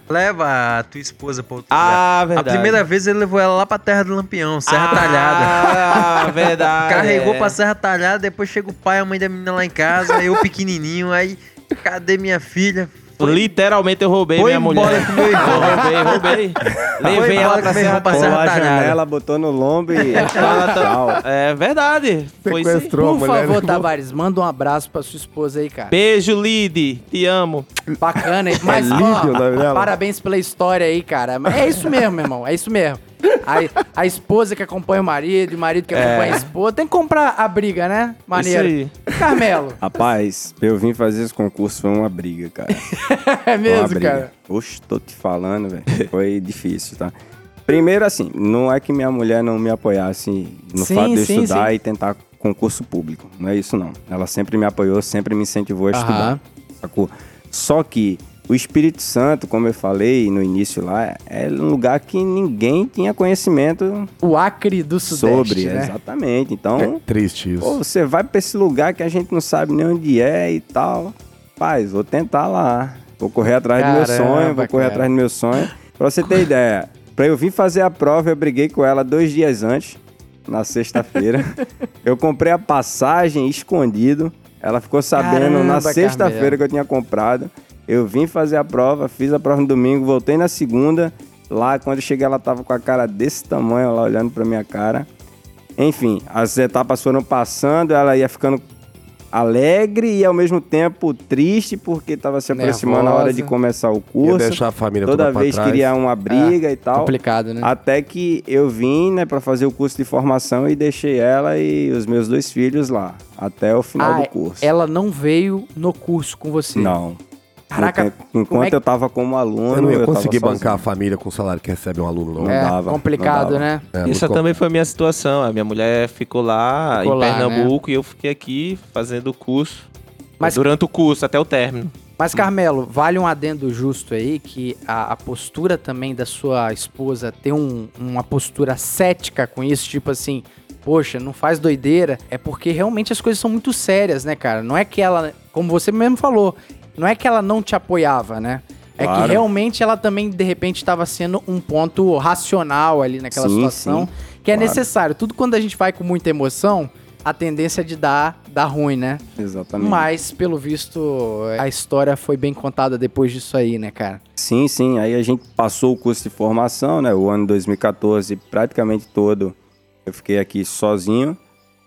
S5: Leva a tua esposa pra outro lugar.
S4: Ah,
S5: A
S4: verdade.
S5: primeira vez ele levou ela lá pra Terra do Lampião, Serra
S4: ah,
S5: Talhada.
S4: Ah, verdade.
S5: Carregou
S4: é.
S5: pra Serra Talhada, depois chega o pai, a mãe da menina lá em casa, eu pequenininho, aí cadê minha filha?
S4: Literalmente eu roubei
S5: Foi
S4: minha
S5: embora
S4: mulher.
S5: com meu irmão.
S4: roubei, roubei. Levei
S5: embora
S4: ela
S5: com
S4: pra
S5: meu
S4: Serra
S5: irmão pra
S4: Talhada.
S5: Serra
S3: Colou a
S5: Talhada.
S3: janela, botou no lombo e
S4: Ela tá-
S3: tchau.
S4: É verdade. Foi sim.
S2: Sequestrou
S1: Por
S2: a mulher.
S1: favor,
S2: né?
S1: Tavares, manda um abraço pra sua esposa aí, cara.
S4: Beijo, Lid. Te amo.
S1: Bacana, hein?
S4: É
S1: Mas,
S2: Lívia o nome
S1: ó,
S2: dela?
S1: parabéns pela história aí, cara. É isso mesmo, meu irmão. É isso mesmo. A, a esposa que acompanha o marido, e o marido que acompanha a esposa. Tem que comprar a briga, né? Maneiro.
S4: É. Isso
S1: Carmelo,
S3: Rapaz, pra eu vim fazer esse concurso foi uma briga, cara.
S1: é
S3: Foi uma
S1: mesmo,
S3: briga.
S1: cara?
S3: Oxe, tô te falando, velho. Foi difícil, tá? Primeiro, assim, não é que minha mulher não me apoiasse no
S1: Sim,
S3: fato de eu
S1: sim,
S3: estudar e tentar concurso público. Não é isso, não. Ela sempre me apoiou, sempre me incentivou a
S1: Aham.
S3: estudar. Sacou? Só que o Espírito Santo, como eu falei no início lá, é um lugar que ninguém tinha conhecimento
S1: O Acre do Sudeste,
S4: é
S3: sobre.
S1: né?
S3: Exatamente. Então,
S2: É triste isso.
S3: Pô, você vai pra esse lugar que a gente não sabe nem onde é e tal. rapaz, vou tentar lá. Vou correr atrás do meu
S1: Caramba,
S3: sonho, vou correr
S1: cara.
S3: atrás do meu sonho. Pra você ter ideia, pra eu vir fazer a prova, eu briguei com ela dois dias antes, na sexta-feira. eu comprei a passagem escondido. Ela ficou sabendo na
S1: Caramba,
S3: sexta-feira
S1: Carmelo.
S3: que eu tinha comprado. Eu vim fazer a prova, fiz a prova no domingo, voltei na segunda. Lá, quando eu cheguei, ela tava com a cara desse tamanho, lá olhando pra minha cara. Enfim, as etapas foram passando, ela ia ficando alegre e ao mesmo tempo triste, porque estava se aproximando a hora de
S1: Nervosa.
S3: começar o
S2: Ia
S3: curso.
S2: deixar a família
S3: Toda
S2: toda pra
S3: vez
S2: trás.
S3: queria uma briga e tal.
S1: É, Complicado, né?
S3: Até que eu vim, né, para fazer o curso de formação e deixei ela e os meus dois filhos lá até o final
S1: Ah,
S3: do curso.
S1: ela não veio no curso com você.
S3: Não.
S1: Caraca,
S3: Enquanto-
S1: como
S3: enquanto
S1: é que-
S3: eu tava como aluno,
S2: Eu não ia
S3: eu tava
S2: conseguir
S3: sozinho.
S2: bancar a família com o salário que recebe um aluno, não.
S1: É,
S3: dava, não
S1: complicado,
S3: dava.
S1: né?
S2: É,
S4: Isso
S2: muito
S4: também foi a minha situação. A minha mulher ficou lá
S1: Ficou
S4: em
S1: lá,
S5: né?
S4: Pernambuco e eu fiquei aqui fazendo o curso.
S1: Mas-
S4: Durante o curso, até o término.
S1: Mas, Carmelo, vale um adendo justo aí que a, a postura também da sua esposa ter um- uma postura cética com isso, tipo assim, poxa, não faz doideira, é porque realmente as coisas são muito sérias, né, cara? Não é que ela, como você mesmo falou, não é que ela não te apoiava, né? É que
S3: Claro.
S1: realmente ela também, de repente, estava sendo um ponto racional ali naquela
S3: Sim,
S1: situação,
S3: sim.
S1: que é
S3: claro.
S1: necessário. Tudo quando a gente vai com muita emoção, a tendência é de dar, dar ruim, né?
S3: Exatamente.
S1: Mas, pelo visto, a história foi bem contada depois disso aí, né, cara?
S3: Sim, sim. Aí a gente passou o curso de formação, né? O ano 2014, praticamente todo, eu fiquei aqui sozinho.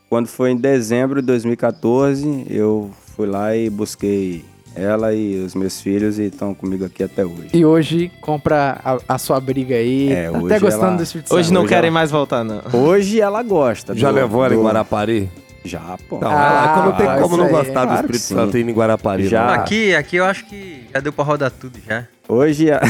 S3: Quando foi em dezembro de 2014, eu fui lá e busquei ela e os meus filhos e estão comigo aqui até hoje.
S1: E hoje compra a, a sua briga aí.
S3: É,
S1: Tá
S3: hoje
S1: até gostando
S3: ela-
S1: desse vídeo. de
S4: Hoje
S1: semana.
S4: não
S3: hoje
S4: querem
S3: ela-
S4: mais voltar, não.
S3: Hoje ela gosta.
S2: Já
S3: do-
S2: levou ela em
S3: do-
S2: Guarapari?
S3: Já, pô.
S2: Tá Não,
S1: Ah,
S2: é, como não tem
S1: rapaz,
S2: como não
S1: isso aí,
S2: gostar do
S3: claro que
S2: Espírito
S3: sim.
S2: Santo indo em Guarapari. né?
S3: Já.
S2: não.
S5: Aqui, aqui eu acho que já deu pra rodar tudo já.
S3: Hoje a-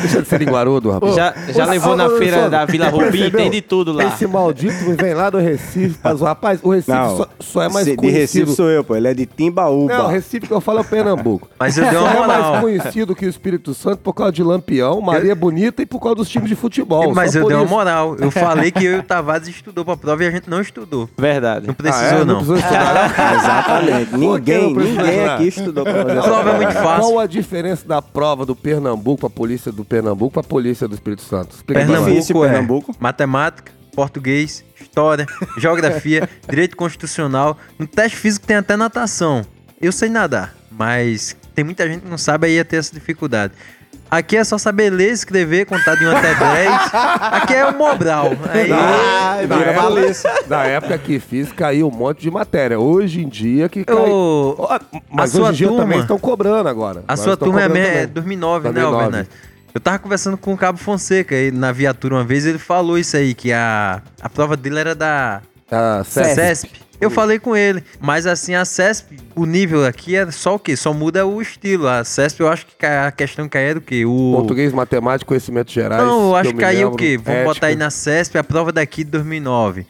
S2: Deixa de ser em Guarudo, rapaz.
S4: já já
S2: Ô,
S4: levou
S2: ô,
S4: na
S2: ô,
S4: feira
S2: Wilson,
S4: da Vila
S2: tu
S4: Rubim,
S2: percebeu?
S4: tem de tudo lá.
S2: Esse maldito vem lá do Recife. Mas, rapaz, o Recife
S3: Não.
S2: só, só é mais
S3: se- de
S2: conhecido.
S3: Recife sou eu, pô. Ele é de Timbaúba.
S2: Não, Recife que eu falo é Pernambuco.
S5: Mas eu dei
S2: Só
S5: uma
S2: é mais
S5: moral.
S2: conhecido que o Espírito Santo por causa de Lampião, Maria Bonita e por causa dos times de futebol.
S5: Mas
S2: Só
S5: eu
S2: por
S5: dei uma
S2: isso.
S5: moral. Eu falei que eu e o Tavares estudou pra prova e a gente não estudou.
S4: Verdade.
S5: Não
S2: Ah, é?
S5: precisou, não.
S2: precisou estudar.
S3: Exatamente.
S2: não
S3: ninguém,
S2: precisa
S3: ninguém
S2: estudar?
S3: aqui estudou pra fazer
S5: A
S3: essa
S5: prova é muito
S3: parada.
S5: fácil.
S2: Qual a diferença da prova do Pernambuco pra polícia do Pernambuco pra polícia do Espírito Santo? Explica pra nós.
S5: Pernambuco,
S3: Difícil,
S5: é
S3: Pernambuco.
S5: matemática, português, história, geografia, direito constitucional. No teste físico tem até natação. Eu sei nadar, mas tem muita gente que não sabe aí ia ter essa dificuldade. Aqui é só saber ler, escrever, contar de 1 até 10. Aqui é o Mobral. Aí,
S2: Ah, na,
S3: vira
S2: época, na época que fiz, caiu um monte de matéria. Hoje em dia que caiu.
S5: Ô,
S2: Mas hoje
S5: a sua
S2: em dia
S5: turma-
S2: também estão cobrando agora.
S5: A
S2: Agora
S5: sua
S2: estão
S5: turma é,
S2: cobrando
S5: me- é
S2: também. Tá
S5: 2009, né,
S2: 2009?
S5: Alberto? Eu tava conversando com o Cabo Fonseca aí na viatura uma vez, ele falou isso aí, que a, a prova dele era da
S2: Ah, sério.
S5: CESP. Eu falei com ele, mas assim, a CESP, o nível aqui é só o quê? Só muda o estilo. A CESP, eu acho que ca- a questão que aí era o quê? O...
S2: Português, matemática, conhecimentos gerais.
S5: Não, eu acho
S2: me
S5: que aí o
S2: lembro,
S5: quê? Vamos
S2: ética.
S5: botar aí na CESP a prova daqui de 2009.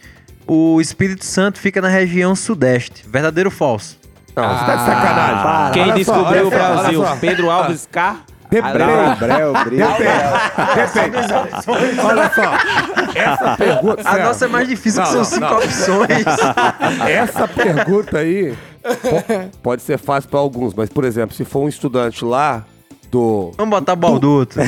S5: O Espírito Santo fica na região sudeste. Verdadeiro ou falso?
S2: Não, você tá de sacanagem.
S5: Ah,
S1: para.
S4: Quem
S2: Olha só,
S4: descobriu
S2: olha
S4: o
S2: só, olha
S4: Brasil?
S2: só.
S4: Pedro Alves Car.
S2: Debreu.
S3: Breu, breu.
S2: Olha só. Essa pergunta.
S5: A nossa é mais difícil,
S2: Não,
S5: que são
S2: não,
S5: cinco
S2: não.
S5: opções.
S2: Essa pergunta aí po- pode ser fácil pra alguns, mas, por exemplo, se for um estudante lá do.
S5: Vamos botar Balduto.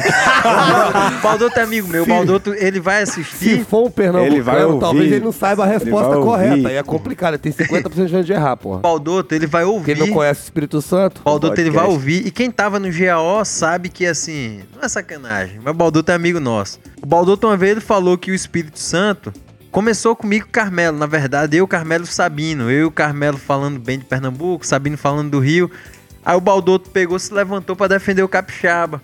S5: Balduto é amigo meu.
S2: Se-
S5: Balduto, ele vai
S2: Se
S5: assistir.
S2: for um pernambucano,
S3: Ele vai ouvir.
S2: talvez ele não saiba a
S3: Ele
S2: resposta
S3: vai ouvir.
S2: correta. Aí é complicado, ele tem 50% de chance de errar, porra.
S5: Balduto, ele vai
S2: Quem
S5: ouvir.
S2: não conhece o Espírito Santo.
S5: Balduto, ele vai
S3: podcast.
S5: ouvir. E quem tava no GAO sabe que, assim, não é sacanagem. Mas Balduto é amigo nosso. O Balduto, uma vez, ele falou que o Espírito Santo começou comigo e o Carmelo. Na verdade, eu, Carmelo e Sabino. Eu e o Carmelo falando bem de Pernambuco, Sabino falando do Rio. Aí o Balduto pegou, se levantou pra defender o Capixaba.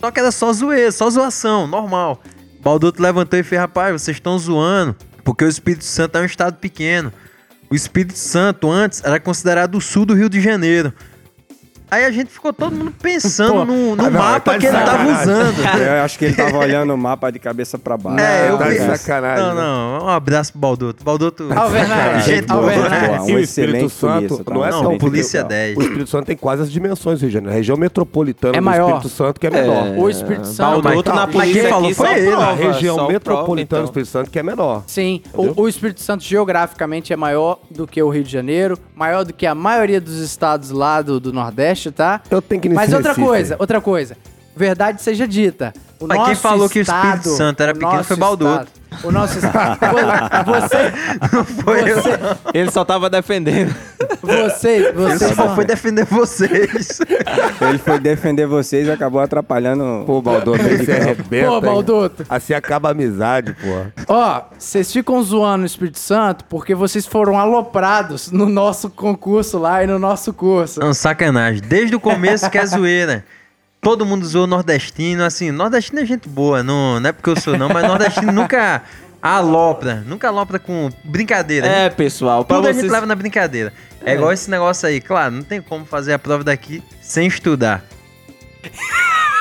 S5: Só que era só zoeira, só zoação, normal. Balduto levantou e fez, rapaz, vocês estão zoando, porque o Espírito Santo é um estado pequeno. O Espírito Santo antes era considerado o sul do Rio de Janeiro. Aí a gente ficou todo mundo pensando no, no
S2: ah, não,
S5: mapa
S2: tá de
S5: que ele tava
S2: sacanagem.
S5: usando.
S3: Eu acho que ele tava olhando o mapa de cabeça pra baixo.
S5: É, eu
S2: tá
S3: vi.
S2: de
S5: penso.
S2: sacanagem.
S5: Não, não. Um abraço pro Baldoto. Baldoto.
S1: Alvernaz,
S5: Gente boa,
S1: Alvernaz.
S5: gente
S3: Um
S5: boa.
S2: e Ah, é o Espírito
S3: excelente
S2: Santo
S3: polícia, tá?
S2: não é
S5: Não,
S2: tão
S5: polícia
S2: pequeno.
S5: 10.
S2: O Espírito Santo tem quase as dimensões do Rio de Janeiro. A região metropolitana
S1: É
S2: do
S1: maior.
S2: Espírito Santo que é menor.
S1: O Espírito Santo.
S5: mas
S4: Baldoto
S5: tá-
S4: na
S5: mas
S4: polícia
S5: quem falou
S4: aqui
S5: foi
S4: só
S5: ele.
S4: prova,
S2: a região
S4: só prova,
S2: metropolitana do
S4: então.
S2: Espírito Santo que é menor.
S1: Sim, o, o Espírito Santo geograficamente é maior do que o Rio de Janeiro, maior do que a maioria dos estados lá do, do Nordeste, tá?
S2: Eu tenho que ir nesse
S1: Mas outra
S2: Recife.
S1: coisa, outra coisa. Verdade seja dita. O
S5: Mas quem
S1: nosso
S5: falou que o Espírito
S1: estado-
S5: Santo era
S1: o
S5: pequeno
S1: nosso
S5: foi Balduto.
S1: estado- O nosso estado. Você. Não
S5: foi eu.
S1: você,
S4: então. Ele só tava defendendo.
S1: Vocês,
S5: Eu
S1: vocês.
S5: só fui defender vocês.
S3: Ele foi defender vocês e acabou atrapalhando.
S2: Pô, Baldoto, aí você arrebenta.
S1: Pô,
S2: hein?
S1: Baldoto.
S2: Assim acaba a amizade, pô.
S1: Ó, vocês ficam zoando o Espírito Santo porque vocês foram aloprados no nosso concurso lá e no nosso curso.
S5: Não, É sacanagem. Desde o começo que é zoeira. Todo mundo zoou nordestino, assim, nordestino é gente boa, não, não é porque eu sou não, mas nordestino nunca alopra, nunca alopra com brincadeira. A gente
S4: É, pessoal, pra
S5: Tudo a
S4: vocês.
S5: gente leva na brincadeira. É. igual esse negócio aí, claro, não tem como fazer a prova daqui sem estudar.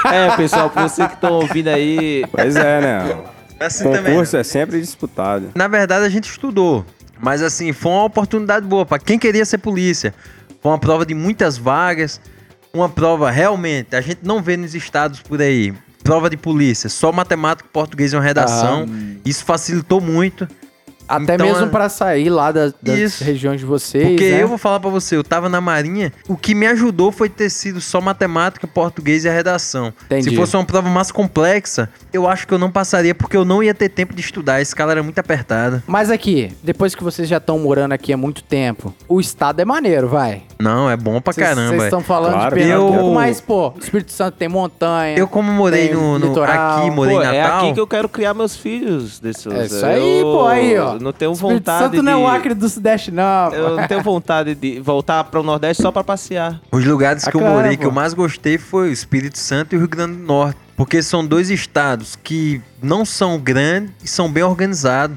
S4: É, pessoal, pra vocês que estão ouvindo aí.
S3: Pois é, né?
S5: Assim também.
S3: Concurso é sempre disputado.
S5: Na verdade, a gente estudou, mas assim, foi uma oportunidade boa para quem queria ser polícia. Foi uma prova de muitas vagas, uma prova realmente, a gente não vê nos estados por aí. Prova de polícia, só matemática, português e uma redação. Isso facilitou muito.
S1: Ah, hum. Até
S5: Então,
S1: mesmo
S5: é-
S1: pra sair lá da- das
S5: Isso.
S1: regiões de vocês.
S5: Porque
S1: né?
S5: eu vou falar pra você, eu tava na Marinha, o que me ajudou foi ter sido só matemática, português e a redação.
S1: Entendi.
S5: Se fosse uma prova mais complexa, eu acho que eu não passaria, porque eu não ia ter tempo de estudar. A escala era muito apertada.
S1: Mas aqui, depois que vocês já estão morando aqui há muito tempo, o estado é maneiro, vai.
S5: Não, é bom pra
S1: Vocês-
S5: caramba.
S1: Vocês estão falando
S3: Claro.
S1: de Pernambuco,
S5: Eu-
S1: mas, pô, Espírito Santo tem montanha.
S5: Eu como morei
S1: tem
S5: no, no-
S1: litoral.
S5: aqui, morei
S4: Pô,
S5: em
S4: é
S5: Natal.
S4: aqui que eu quero criar meus filhos. Desse,
S1: É isso aí, pô, aí, ó.
S4: Não tenho
S1: Espírito
S4: vontade
S1: Santo
S4: de.
S1: não é o Acre do Sudeste, não.
S4: Eu não tenho vontade de voltar para o Nordeste só para passear.
S5: Os lugares que eu
S1: Bacana,
S5: morei
S1: pô.
S5: que eu mais gostei foi o Espírito Santo e o Rio Grande do Norte, porque são dois estados que não são grandes e são bem organizados.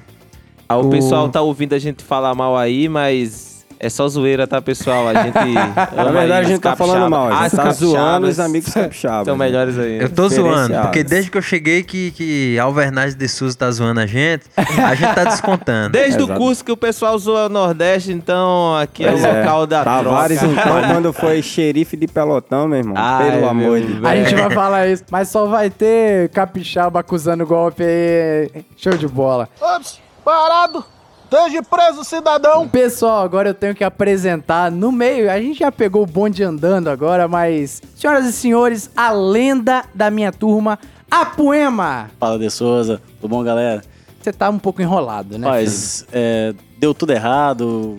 S4: Ah, o
S5: O-
S4: pessoal tá ouvindo a gente falar mal aí, mas é só zoeira, tá, pessoal? A gente.
S3: Na verdade, a gente tá falando mal. A gente
S4: Ah,
S3: tá zoando os amigos capixabas.
S4: São
S3: né?
S4: melhores aí.
S5: Eu tô zoando,
S3: Diferenciados.
S5: porque desde que eu cheguei que, que Alvernaz de Souza tá zoando a gente, a gente tá descontando.
S4: Desde o
S3: Exato.
S4: curso que o pessoal zoa o Nordeste, então aqui é o
S3: Pois é.
S4: local da
S3: Tavares,
S4: troca.
S3: então, quando foi xerife de Pelotão, meu irmão.
S4: Ai,
S3: pelo amor
S4: meu
S3: de
S4: Deus.
S1: A gente
S8: Né?
S1: vai falar isso, mas só vai ter capixaba acusando golpe aí. Show de bola.
S7: Ops, parado. Esteja preso, cidadão.
S1: Pessoal, agora eu tenho que apresentar no meio. A gente já pegou o bonde andando agora, mas. Senhoras e senhores, a lenda da minha turma, a Poema!
S8: Fala de Souza, tudo bom, galera?
S1: Você tá um pouco enrolado, né? filho?
S8: Mas é, deu tudo errado.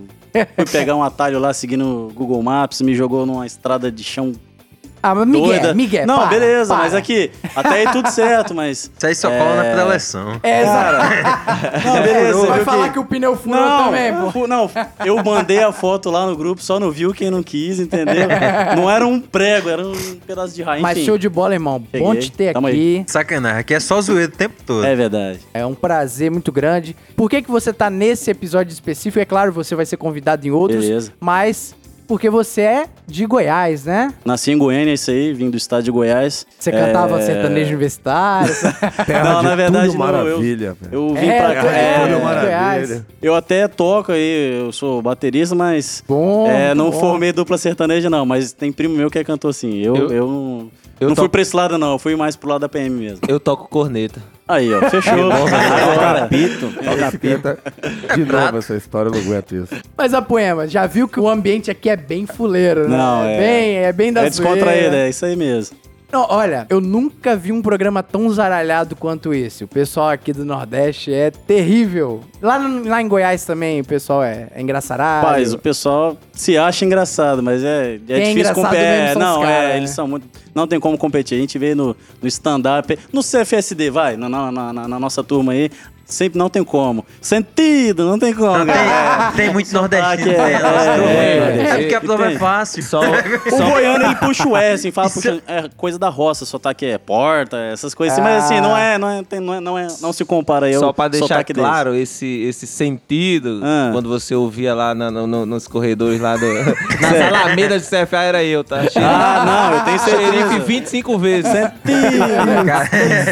S8: Fui pegar um atalho lá seguindo o Google Maps, me jogou numa estrada de chão
S1: Ah, mas Miguel,
S8: doida.
S1: Miguel.
S8: Não,
S1: para,
S8: beleza,
S1: para.
S8: mas aqui, até aí tudo certo, mas.
S5: Isso aí só cola na preleção.
S1: É, exato.
S8: Não, beleza.
S1: Vai
S8: viu
S1: falar que o pneu furou
S8: Não,
S1: também, pô.
S8: fu- não, eu mandei a foto lá no grupo, só não viu quem não quis, entendeu? Não era um prego, era um pedaço de raiz.
S1: Mas
S8: enfim.
S1: show de bola, irmão. Bom
S8: Cheguei.
S1: te ter
S8: Tamo
S1: aqui.
S5: Sacanagem, aqui é só zoeira o tempo todo.
S8: É verdade.
S1: É um prazer muito grande. Por que, que você tá nesse episódio específico? É claro, você vai ser convidado em outros.
S8: Beleza.
S1: Mas porque você é de Goiás, né?
S8: Nasci em Goiânia, isso aí, vim do estado de Goiás.
S1: Você
S8: É,
S1: cantava sertanejo universitário.
S2: Terra
S8: Não,
S2: de
S8: na verdade,
S2: tudo
S8: não, eu-
S2: maravilha, velho.
S8: Eu vim
S1: É,
S8: pra
S2: Terra
S8: cá.
S2: de
S8: é,
S2: tudo
S1: é,
S2: maravilha.
S1: Goiás.
S8: eu até toco aí, eu sou baterista, mas
S1: Bom,
S8: É, não
S1: bom.
S8: formei dupla sertaneja, não, mas tem primo meu que é cantor assim. Eu, eu, não,
S4: eu
S8: não
S4: to-
S8: fui pra esse lado, não, eu fui mais pro lado da PM mesmo. É
S4: Eu toco corneta.
S8: Aí, ó, fechou. Agora,
S2: Toca pita. De novo essa história, eu não aguento isso.
S1: Mas a poema, já viu que o ambiente aqui é bem fuleiro, né?
S8: Não, é.
S1: bem, é bem da
S8: é
S1: zoeira.
S8: descontraído, é isso aí mesmo.
S1: Não, olha, eu nunca vi um programa tão zaralhado quanto esse. O pessoal aqui do Nordeste é terrível. Lá, no- lá em Goiás também o pessoal é, é engraçarado.
S8: Rapaz, o pessoal se acha engraçado, mas é, é difícil
S1: engraçado
S8: competir.
S1: mesmo são
S8: É,
S1: os
S8: não,
S1: caras,
S8: é,
S1: né?
S8: eles são muito. Não tem como competir. A gente vê no, no stand-up, no CFSD, vai, na, na, na- na- na nossa turma aí. Sempre não tem como. Sentido, não tem como.
S5: Não, tem,
S8: galera.
S5: tem muito nordestino.
S8: é-
S5: né? Nossa,
S8: é-
S5: tô
S8: é-
S5: vendo. é, porque a prova é
S8: tem.
S5: fácil.
S4: Só,
S8: O
S4: só-
S8: goiano, ele puxa o S, assim, fala,
S5: Isso-
S8: puxa, é coisa da roça, sotaque é porta, essas coisas assim, mas assim, não é, não é, tem- não é, não é, não se compara aí
S4: Ah. só
S8: ao
S4: pra deixar
S8: sotaque deles.
S4: claro esse, esse sentido,
S8: Ah.
S4: quando você ouvia lá na- no- no- nos corredores lá do. nas alamedas de CFA era eu, tá?
S8: Ah, não, eu tenho
S4: Xerife
S8: certeza.
S4: 25 vezes.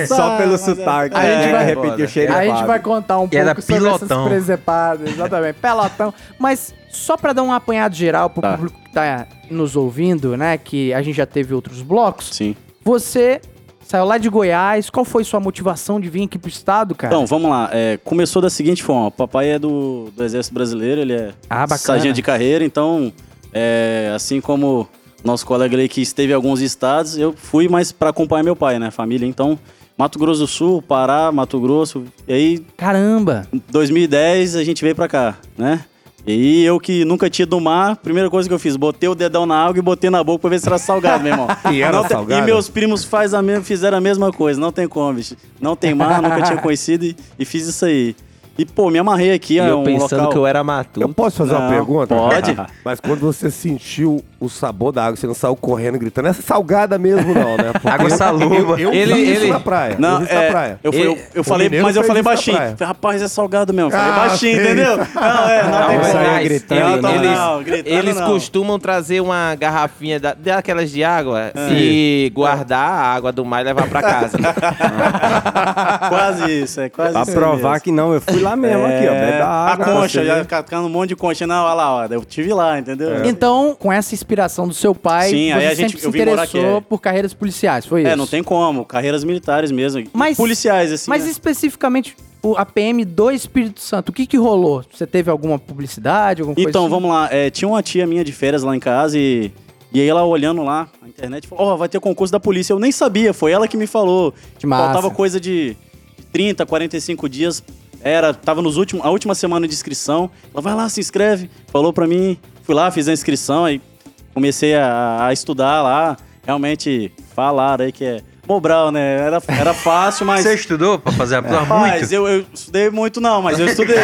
S3: Só pelo
S8: mas é-
S3: sotaque.
S1: A gente
S3: né?
S1: vai-
S3: repetir o cheiro.
S1: A
S3: é
S1: gente
S3: fácil.
S1: vai contar um
S5: Que era
S1: pouco sobre essas
S5: pilotão.
S1: presepadas, exatamente, pelotão. Mas só pra dar um apanhado geral pro público que tá nos ouvindo, né, que a gente já teve outros blocos.
S8: Sim.
S1: Você saiu lá de Goiás, qual foi sua motivação de vir aqui pro estado, cara?
S8: Então, vamos lá. É, começou da seguinte forma: o papai é do, do Exército Brasileiro, ele é
S1: Ah, bacana.
S8: sargento de carreira, então, é, assim como nosso colega ali que esteve em alguns estados, eu fui mais para acompanhar meu pai, né? Família. Então, Mato Grosso do Sul, Pará, Mato Grosso. E aí,
S1: Caramba!
S8: em 2010, a gente veio para cá, né? E aí, eu que nunca tinha do mar, primeira coisa que eu fiz, botei o dedão na água e botei na boca pra ver se era salgado, meu irmão.
S2: E era
S8: Não tem-
S2: salgado?
S8: E meus primos faz a mesma, fizeram a mesma coisa. Não tem como, bicho. Não tem mar, nunca tinha conhecido e, e fiz isso aí. E, pô, me amarrei aqui.
S4: E
S8: é
S4: eu
S8: um
S4: pensando
S8: local...
S4: que eu era
S2: Eu
S4: matuto.
S2: posso fazer uma
S8: Não,
S2: pergunta?
S8: pode.
S2: Mas quando você sentiu o sabor da água, você não saiu correndo e gritando, essa é salgada mesmo não, né? Porque
S5: Água
S2: eu-
S5: saluba.
S2: Eu, eu
S4: Ele-
S2: ele, isso
S4: ele-
S2: na praia.
S8: Não,
S2: eu vi isso
S8: é,
S2: na praia.
S8: eu, fui- eu- eu
S2: O
S8: falei,
S2: mineiro
S8: mas eu
S2: fez
S8: falei
S2: isso na
S8: baixinho.
S2: praia.
S8: Falei, Rapaz, é salgado mesmo. Falei
S2: Ah,
S8: baixinho,
S2: sei.
S8: entendeu? Não, é, não,
S4: Não,
S8: tem
S4: mas
S8: como.
S4: aí
S3: gritando,
S8: não,
S3: né?
S8: não, não, gritando
S4: Eles
S8: não.
S4: costumam trazer uma garrafinha da- daquelas de água e guardar a água do mar e levar pra casa.
S8: Quase isso, é quase
S3: Pra
S8: isso.
S3: provar
S8: mesmo.
S3: que não, eu fui lá mesmo, aqui, ó. Bebe
S8: É,
S3: a água. pra
S8: concha,
S3: você
S8: já
S3: ver.
S8: catando um monte de concha. Não, olha lá, ó, eu tive lá, entendeu?
S1: Então, com essa inspiração do seu pai,
S8: é. Sim,
S1: você
S8: aí a gente-
S1: sempre se
S8: eu vim morar aqui,
S1: interessou
S8: é.
S1: por carreiras policiais, foi isso?
S8: É, não tem como. Carreiras militares mesmo.
S1: Então, Mas-
S8: Policiais, assim.
S1: Mas
S8: né?
S1: especificamente o, a PM do Espírito Santo, o que que rolou? Você teve alguma publicidade, alguma coisa
S8: Então,
S1: assim?
S8: vamos lá. É, tinha uma tia minha de férias lá em casa e. E aí ela olhando lá na internet falou: Ó, vai ter concurso da polícia. Eu nem sabia, foi ela que me falou.
S1: Que massa.
S8: Faltava coisa de 30, 45 dias. Era, tava nos últimos, a última semana de inscrição. Ela vai lá, se inscreve. Falou pra mim, fui lá, fiz a inscrição, aí comecei a, a estudar lá. Realmente falaram aí que é Mobral, né? Era, era fácil, mas.
S5: Você estudou pra fazer a prova?
S8: Mas
S5: Muito.
S8: eu, eu estudei muito, não, mas eu estudei.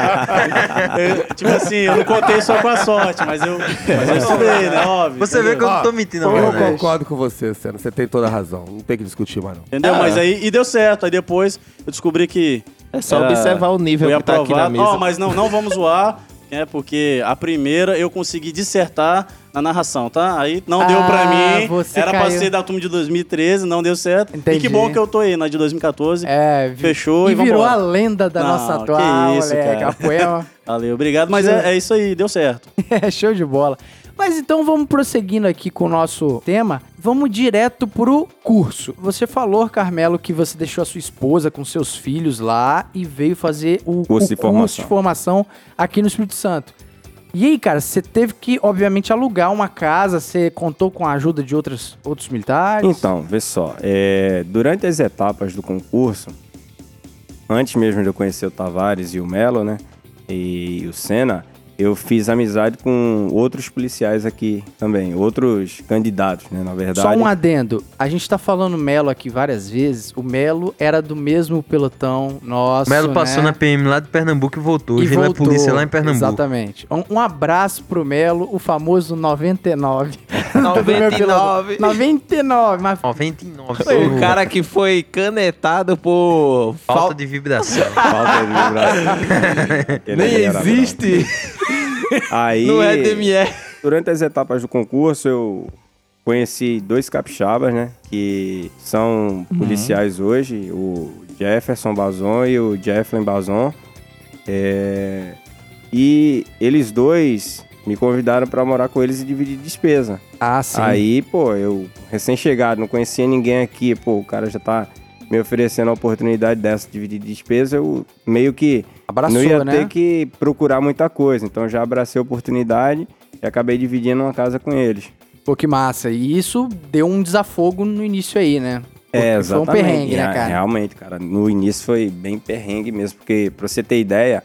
S8: Eu, tipo assim, eu não contei só com a sorte, mas eu, mas eu estudei, né? Óbvio.
S5: Você vê que
S8: entendeu?
S5: eu não tô
S2: Ó,
S5: mentindo, não.
S2: Eu
S5: né?
S2: concordo com você, Sena. Você tem toda a razão. Não tem que discutir mais, não.
S8: Entendeu? Mas aí, e deu certo. Aí depois eu descobri que.
S4: É Ah. só observar o nível
S8: fui
S4: que tá aqui na
S8: aprovado.
S4: mesa.
S8: Ó, mas não, não vamos zoar, né? Porque a primeira eu consegui dissertar na narração, tá? Aí não deu pra
S1: Ah,
S8: mim.
S1: você
S8: Era pra
S1: caiu.
S8: ser da turma de 2013, não deu certo. E
S1: Entendi.
S8: que bom que eu tô aí na de 2014.
S1: É, vi-
S8: Fechou e
S1: virou
S8: vambora.
S1: a lenda da
S8: Não,
S1: nossa
S8: que
S1: atual,
S8: isso,
S1: moleque,
S8: cara.
S1: a poema.
S8: Valeu, obrigado. Mas é, é isso aí, deu certo.
S1: É, show de bola. Mas então vamos prosseguindo aqui com o nosso tema. Vamos direto pro curso. Você falou, Carmelo, que você deixou a sua esposa com seus filhos lá e veio fazer o,
S3: Curso
S1: o curso
S3: de formação.
S1: de formação aqui no Espírito Santo. E aí, cara, você teve que, obviamente, alugar uma casa, você contou com a ajuda de outros, outros militares?
S3: Então, vê só. é, durante as etapas do concurso, antes mesmo de eu conhecer o Tavares e o Melo, né? E o Senna, eu fiz amizade com outros policiais aqui também. Outros candidatos, né? Na verdade.
S1: Só um adendo. A gente tá falando Melo aqui várias vezes. O Melo era do mesmo pelotão nosso.
S5: Melo passou
S1: né?
S5: na PM lá de Pernambuco e voltou.
S1: E
S5: Hoje ele é
S1: voltou.
S5: polícia lá em Pernambuco.
S1: Exatamente. Um, um abraço pro Melo, o famoso 99. Do meu piloto.
S4: 99.
S1: 99, mas
S5: 99.
S4: O cara que foi canetado por
S5: Falta
S4: falta
S5: de vibração.
S3: Falta de vibração. Que
S4: Nem
S3: ele é era bravo.
S4: existe é
S3: Aí,
S4: no RDMR.
S3: Durante as etapas do concurso, eu conheci dois capixabas, né? Que são policiais hoje, o Jefferson Bazon e o Jefflin Bazon. É, E eles dois me convidaram para morar com eles e dividir despesa.
S1: Ah, sim.
S3: Aí, pô, eu recém-chegado, não conhecia ninguém aqui, pô, o cara já tá me oferecendo a oportunidade dessa de dividir despesa, eu meio que
S1: Abraçou,
S3: não ia
S1: né?
S3: ter que procurar muita coisa. Então já abracei a oportunidade e acabei dividindo uma casa com eles.
S1: Pô, que massa. E isso deu um desafogo no início aí, né? Porque Foi um perrengue, né,
S3: É,
S1: cara?
S3: Realmente, cara. No início foi bem perrengue mesmo, porque pra você ter ideia,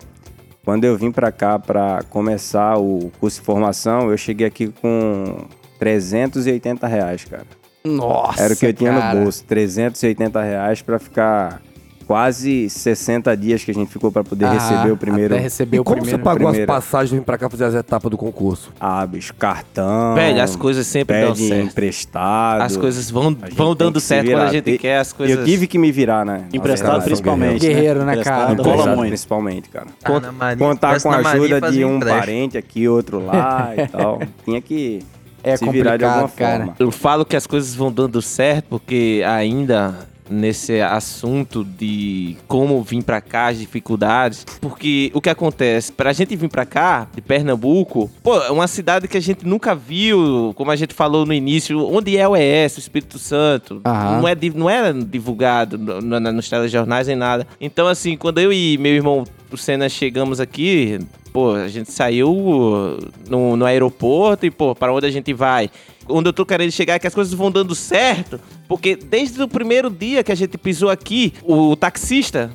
S3: quando eu vim pra cá pra começar o curso de formação, eu cheguei aqui com 380 reais, cara.
S1: Nossa,
S3: Era o que eu tinha
S1: cara.
S3: no bolso, 380 reais pra ficar quase 60 dias que a gente ficou pra poder receber o primeiro.
S1: Ah, Até receber
S2: E
S1: o
S2: como
S1: primeiro.
S2: você pagou
S3: Primeiro.
S2: as passagens pra cá fazer as etapas do concurso?
S3: Ah, bicho, cartão.
S4: Velho, as coisas sempre dão
S3: pede
S4: certo.
S3: emprestado.
S4: As coisas vão,
S3: A gente
S4: vão
S3: tem
S4: dando
S3: que se
S4: certo quando a
S3: virar.
S4: gente
S3: E-
S4: quer, as coisas.
S3: Eu tive que me virar, né?
S2: cara,
S8: Emprestado
S2: são
S8: principalmente.
S1: guerreiros. Guerreiro, né, cara?
S8: Emprestado rola
S3: Emprestado,
S8: muito.
S3: principalmente, cara.
S5: Tá na Marinha,
S3: Contar
S5: parece
S3: com a
S5: na Marinha
S3: ajuda
S5: fazer
S3: de um
S5: empréstimo.
S3: parente aqui, outro lá e tal. Tinha que
S1: É
S3: se virar de alguma
S1: complicado, cara.
S3: forma.
S4: Eu falo que as coisas vão dando certo porque ainda nesse assunto de como vir pra cá, as dificuldades, porque o que acontece, pra gente vir pra cá, de Pernambuco, pô, é uma cidade que a gente nunca viu, como a gente falou no início, onde é o ES, o Espírito Santo,
S1: Aham.
S4: não, é, di- não era divulgado no- no- na- nos telejornais nem nada. Então, assim, quando eu e meu irmão o Senna chegamos aqui, pô, a gente saiu no, no aeroporto e, pô, pra onde a gente vai? Onde eu tô querendo chegar é que as coisas vão dando certo, porque desde o primeiro dia que a gente pisou aqui, o taxista,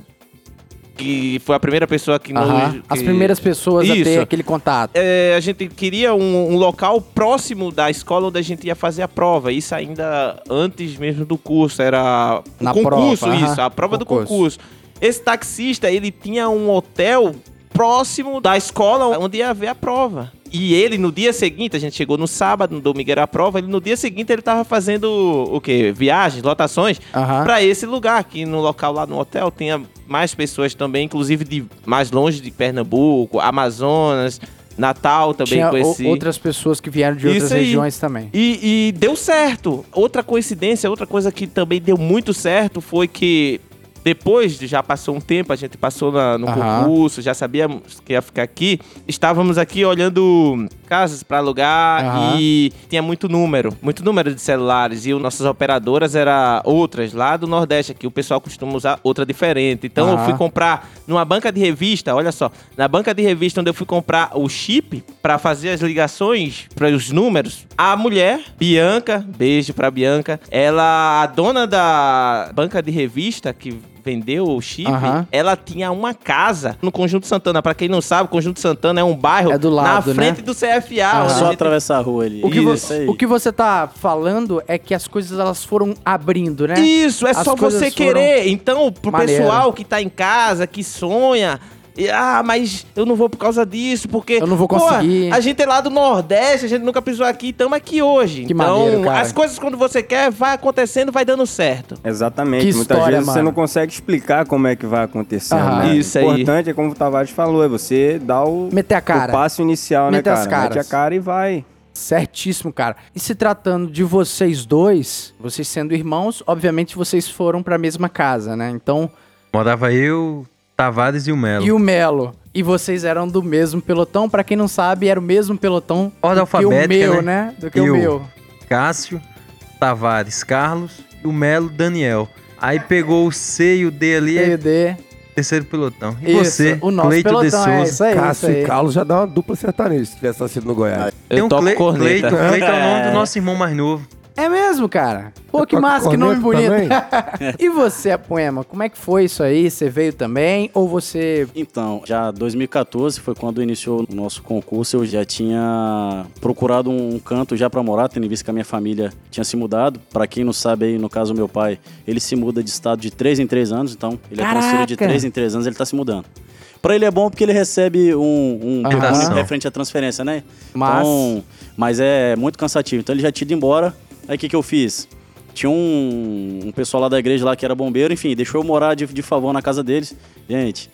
S4: que foi a primeira pessoa que não.
S1: Aham. As
S4: que-
S1: primeiras pessoas a ter
S4: Isso.
S1: aquele contato.
S4: é, a gente queria um, um local próximo da escola onde a gente ia fazer a prova. Isso ainda antes mesmo do curso, era o
S1: Na
S4: concurso,
S1: prova,
S4: isso,
S1: aham,
S4: a prova do
S1: concurso.
S4: concurso. Esse taxista, ele tinha um hotel próximo da escola onde ia haver a prova. E ele, no dia seguinte, a gente chegou no sábado, no domingo era a prova, ele no dia seguinte ele tava fazendo o quê? Viagens, lotações,
S1: Aham.
S4: pra esse lugar, que no local lá no hotel tinha mais pessoas também, inclusive de mais longe de Pernambuco, Amazonas, Natal também
S1: Tinha
S4: com
S1: o-
S4: esse.
S1: outras pessoas que vieram de outras
S4: Isso aí.
S1: regiões também.
S4: E, e deu certo. Outra coincidência, outra coisa que também deu muito certo foi que depois de já passou um tempo, a gente passou na- no
S1: Aham.
S4: concurso, já sabíamos que ia ficar aqui. Estávamos aqui olhando casas para alugar
S1: Aham.
S4: e tinha muito número, muito número de celulares e o- nossas operadoras eram outras lá do Nordeste, aqui o pessoal costuma usar outra diferente. Então eu
S1: Aham.
S4: fui comprar numa banca de revista, olha só, na banca de revista onde eu fui comprar o chip pra fazer as ligações para os números, a mulher, Bianca, beijo pra Bianca, ela, a dona da banca de revista que vendeu o chip,
S1: Aham.
S4: ela tinha uma casa no Conjunto Santana. Pra quem não sabe, o Conjunto Santana é um bairro
S1: É do
S4: na
S1: lado, né?
S4: frente do CFA.
S1: Aham.
S4: onde a
S8: Só
S4: gente
S8: atravessar a rua ali.
S1: O que, vo-
S8: Isso aí.
S1: o que você tá falando é que as coisas elas foram abrindo, né?
S4: Isso, é
S1: As
S4: só
S1: coisas
S4: você
S1: foram
S4: querer. Então, pro
S1: maneiro.
S4: pessoal que tá em casa, que sonha. e, Ah, mas eu não vou por causa disso, porque.
S1: Eu não vou
S4: pô,
S1: conseguir.
S4: a gente é lá do Nordeste, a gente nunca pisou aqui, estamos aqui hoje.
S1: Que
S4: então,
S1: maneiro, cara.
S4: as coisas quando você quer, vai acontecendo, vai dando certo.
S3: Exatamente.
S1: Que
S3: Muitas
S1: história,
S3: vezes você
S1: mano.
S3: não consegue explicar como é que vai acontecer.
S1: Aham.
S3: Né?
S4: Isso aí.
S3: O importante é como o Tavares falou, é você dar o,
S1: Meter a cara.
S3: o passo inicial,
S1: Meter
S3: né,
S1: as
S3: cara? Mete a
S1: caras.
S3: cara e vai.
S1: Certíssimo, cara. E se tratando de vocês dois, vocês sendo irmãos, obviamente vocês foram pra mesma casa, né? Então,
S5: Morava eu, Tavares e o Melo.
S1: e o Melo? E vocês eram do mesmo pelotão? Pra quem não sabe, era o mesmo pelotão
S5: Ordem
S1: do que o
S5: alfabética,
S1: meu,
S5: né?
S1: né? Do que
S5: Eu.
S1: o meu.
S5: Cássio, Tavares, Carlos e o Melo, Daniel. Aí pegou o C e o D ali, aí
S1: PD.
S5: terceiro pelotão. E
S1: Isso,
S5: você,
S1: o nosso
S5: Cleito
S1: pelotão,
S5: de Souza.
S1: é isso aí, isso
S2: Cássio
S1: aí.
S2: e Carlos já dá uma dupla sertaneja se tivesse nascido no Goiás.
S5: Tem um Cle- Cleito,
S4: corneta.
S5: Cleito é o nome do nosso irmão mais novo.
S1: É mesmo, cara. Pô,
S5: É
S2: Eu
S1: que
S2: toco
S1: massa, que nome bonito.
S2: corneta
S1: e você, Poema, como é que foi isso aí? Você veio também? Ou você.
S8: Então, já 2014 foi quando iniciou o nosso concurso. Eu já tinha procurado um canto já pra morar, tendo visto que a minha família tinha se mudado. Pra quem não sabe aí, no caso meu pai, ele se muda de estado de 3 em 3 anos, então ele é transferido de
S1: Caraca!
S8: 3 em 3 anos, ele tá se mudando. Pra ele é bom porque ele recebe um, um
S1: Aham.
S8: único referente à transferência, né?
S1: Mas-
S8: Então, mas é muito cansativo. Então ele já tinha ido embora. Aí o que, que eu fiz? Tinha um, um pessoal lá da igreja lá que era bombeiro, enfim, deixou eu morar de, de favor na casa deles. Gente,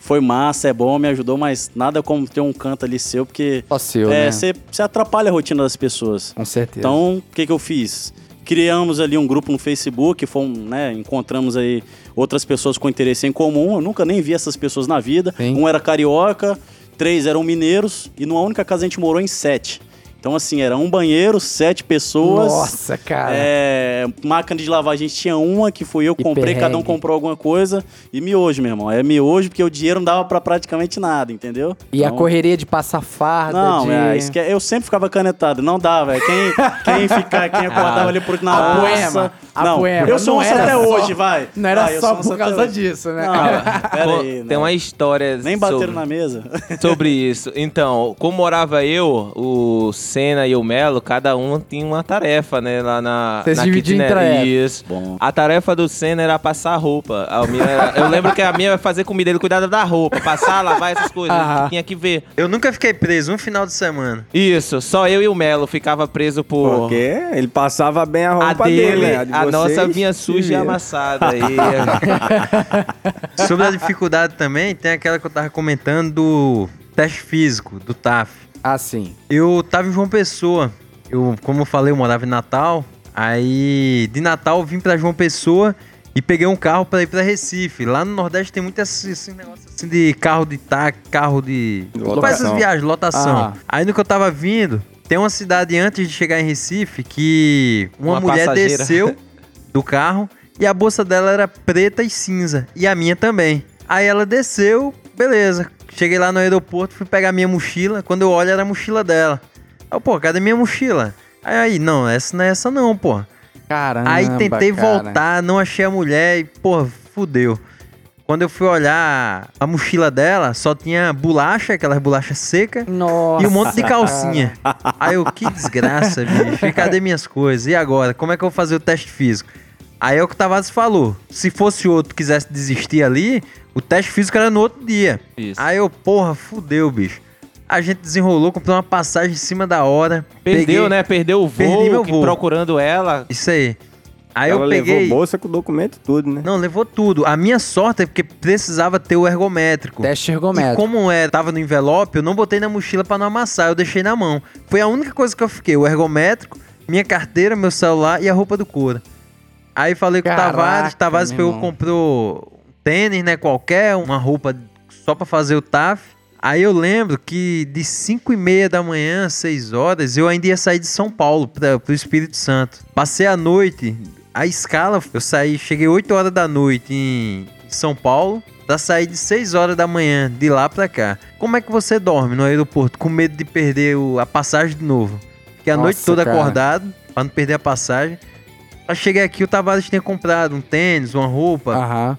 S8: foi massa, é bom, me ajudou, mas nada como ter um canto ali seu, porque
S1: Só seu,
S8: é,
S1: né?
S8: você você atrapalha a rotina das pessoas.
S1: Com certeza.
S8: Então, o que, que eu fiz? Criamos ali um grupo no Facebook, fomos, né, encontramos aí outras pessoas com interesse em comum. Eu nunca nem vi essas pessoas na vida.
S1: Sim.
S8: Um era carioca, três eram mineiros, e numa única casa a gente morou em sete. Então, assim, era um banheiro, sete pessoas.
S1: Nossa, cara.
S8: É, máquina de lavar, a gente tinha uma que fui eu,
S1: E
S8: comprei, cada um
S1: perrengue.
S8: comprou alguma coisa. E miojo, meu irmão. É miojo porque o dinheiro não dava pra praticamente nada, entendeu?
S1: E a
S8: Então-
S1: correria de passar farda.
S8: não,
S1: de...
S8: é, esque- eu sempre ficava canetado, não dava. velho. Quem, quem ficar, quem acordava ali por na
S1: A
S8: roça-
S1: poema, a
S8: não,
S1: poema.
S8: Eu sou
S1: Não
S8: onça
S1: era
S8: até
S1: só-
S8: hoje, vai.
S1: Não era
S8: Vai, Ah, eu
S1: só
S8: sou onça
S1: por
S8: até
S1: causa
S8: hoje.
S1: disso, né?
S8: Não, é. pera aí,
S4: Tem
S8: não.
S4: uma história
S8: Nem bateram
S4: sobre-
S8: na mesa.
S4: sobre isso. Então, como morava eu, o Senna e o Melo, cada um tinha uma tarefa, né? Lá na.
S1: Vocês
S4: na
S1: dividiam em
S4: kitnet.
S1: tarefa.
S4: Isso.
S8: Bom.
S4: A tarefa do Senna era passar roupa. A minha era- eu lembro que a minha era fazer comida, ele cuidava da roupa, passar, lavar essas coisas.
S1: Aham.
S4: Tinha que ver.
S5: Eu nunca fiquei preso um final de semana.
S4: Isso, só eu e o Melo ficava preso por.
S3: Porque ele passava bem a
S4: A
S3: roupa
S4: dele,
S3: né?
S4: a,
S3: de
S4: nossa
S3: vocês,
S4: vinha
S3: se
S4: suja e
S3: vira.
S4: amassada. aí. é,
S5: Sobre a dificuldade também, tem aquela que eu tava comentando do teste físico, do TAF.
S1: Ah, sim.
S5: Eu tava em João Pessoa. Eu, como eu falei, eu morava em Natal. Aí, de Natal, eu vim pra João Pessoa e peguei um carro pra ir pra Recife. Lá no Nordeste tem muito esse, esse negócio assim de carro de táxi, carro de.
S3: Lotação.
S5: Faz essas viagens, lotação.
S1: Ah.
S5: Aí no que eu tava vindo, tem uma cidade antes de chegar em Recife que uma,
S4: Uma
S5: mulher
S4: passageira.
S5: desceu do carro e a bolsa dela era preta e cinza. E a minha também. Aí ela desceu, beleza. Cheguei lá no aeroporto, fui pegar minha mochila. Quando eu olho, era a mochila dela. Aí, eu, pô, cadê minha mochila? Aí, aí, não, essa não é essa não, pô.
S1: Caramba.
S5: Aí tentei
S1: cara.
S5: voltar, não achei a mulher e, pô, fudeu. Quando eu fui olhar a mochila dela, só tinha bolacha, aquelas bolachas secas,
S1: Nossa.
S5: e um monte de calcinha. Aí eu, que desgraça, bicho. E cadê minhas coisas? E agora? Como é que eu vou fazer o teste físico? Aí é o que o Tavares falou. Se fosse outro que quisesse desistir ali, o teste físico era no outro dia.
S4: Isso.
S5: Aí eu, porra, fudeu, bicho. A gente desenrolou, comprou uma passagem em cima da hora.
S4: Perdeu,
S5: peguei-
S4: né? Perdeu o
S5: Perdi meu
S4: voo, que
S5: voo.
S4: procurando ela.
S5: Isso aí. Aí
S3: Ela
S5: eu
S3: levou
S5: peguei.
S3: bolsa com documento e tudo, né?
S5: Não, levou tudo. A minha sorte é porque precisava ter o ergométrico.
S1: Teste
S5: E
S1: ergométrico.
S5: como é, tava no envelope, eu não botei na mochila pra não amassar, eu deixei na mão. Foi a única coisa que eu fiquei, o ergométrico, minha carteira, meu celular e a roupa do couro. Aí falei com
S1: Caraca,
S5: o Tavares, Tavares
S1: meu
S5: pegou,
S1: irmão.
S5: comprou um tênis, né, qualquer, uma roupa só pra fazer o TAF. Aí eu lembro que de 5 e meia da manhã, 6 horas, eu ainda ia sair de São Paulo pra, pro Espírito Santo. Passei a noite, a escala, eu saí, cheguei 8 horas da noite em São Paulo, pra sair de 6 horas da manhã de lá pra cá. Como é que você dorme no aeroporto com medo de perder o- a passagem de novo? Fiquei a
S1: Nossa,
S5: noite toda
S1: cara.
S5: acordado, pra não perder a passagem. Aí cheguei aqui, o Tavares tinha comprado um tênis, uma
S2: Ah.
S5: roupa,
S1: Aham.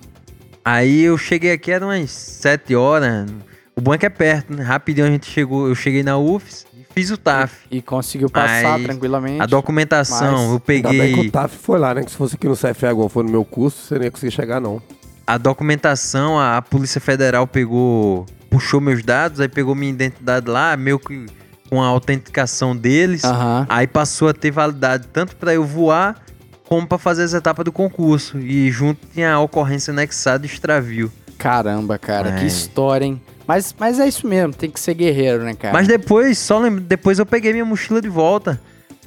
S5: Aí eu cheguei aqui, era umas 7 horas. O banco é perto, né? Rapidinho a gente chegou. Eu cheguei na UFS e fiz o TAF.
S1: E conseguiu passar
S5: Mas
S1: tranquilamente.
S5: A documentação,
S1: Mas-
S5: eu
S2: Ainda bem que o
S5: peguei.
S2: TAF foi lá, né? Que se fosse aqui no CFA, igual foi no meu curso, você nem ia conseguir chegar, não.
S5: A documentação, a, a Polícia Federal pegou. puxou meus dados, aí pegou minha identidade lá, meio que com a autenticação deles.
S1: Aham.
S5: Aí passou a ter validade tanto para eu voar como para fazer as etapas do concurso. E junto tinha a ocorrência anexada e extravio.
S1: Caramba, cara. Que
S5: Ai.
S1: história, hein? Mas, mas é isso mesmo. Tem que ser guerreiro, né, cara?
S5: Mas depois, só lembro, depois eu peguei minha mochila de volta.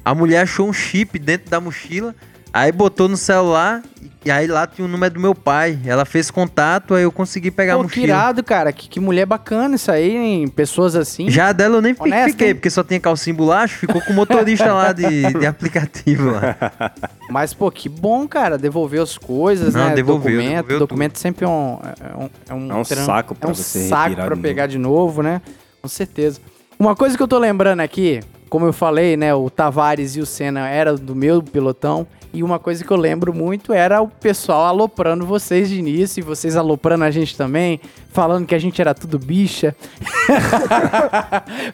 S5: A mulher achou um chip dentro da mochila, aí botou no celular, e aí lá tinha o número do meu pai. Ela fez contato, aí eu consegui pegar um a
S1: Pô, que
S5: mochila.
S1: irado, cara. Que, que mulher bacana isso aí, hein? Pessoas assim.
S5: Já a dela eu nem
S1: Honesto,
S5: fiquei,
S1: hein?
S5: porque só tinha calcinha e bolacha, ficou com o motorista lá de, de aplicativo lá.
S1: Mas, pô, que bom, cara. Devolver as coisas,
S5: Não,
S1: né?
S5: devolveu,
S1: documento.
S5: devolveu
S1: documento sempre é um. É um, é um,
S3: É um
S1: tran-
S3: saco
S1: É
S3: pra
S1: um
S3: você
S1: saco
S3: retirar
S1: pra
S3: de
S1: pegar de novo, né? Com certeza. Uma coisa que eu tô lembrando aqui, como eu falei, né? O Tavares e o Senna era do meu pelotão. E uma coisa que eu lembro muito era o pessoal aloprando vocês de início e vocês aloprando a gente também, falando que a gente era tudo bicha.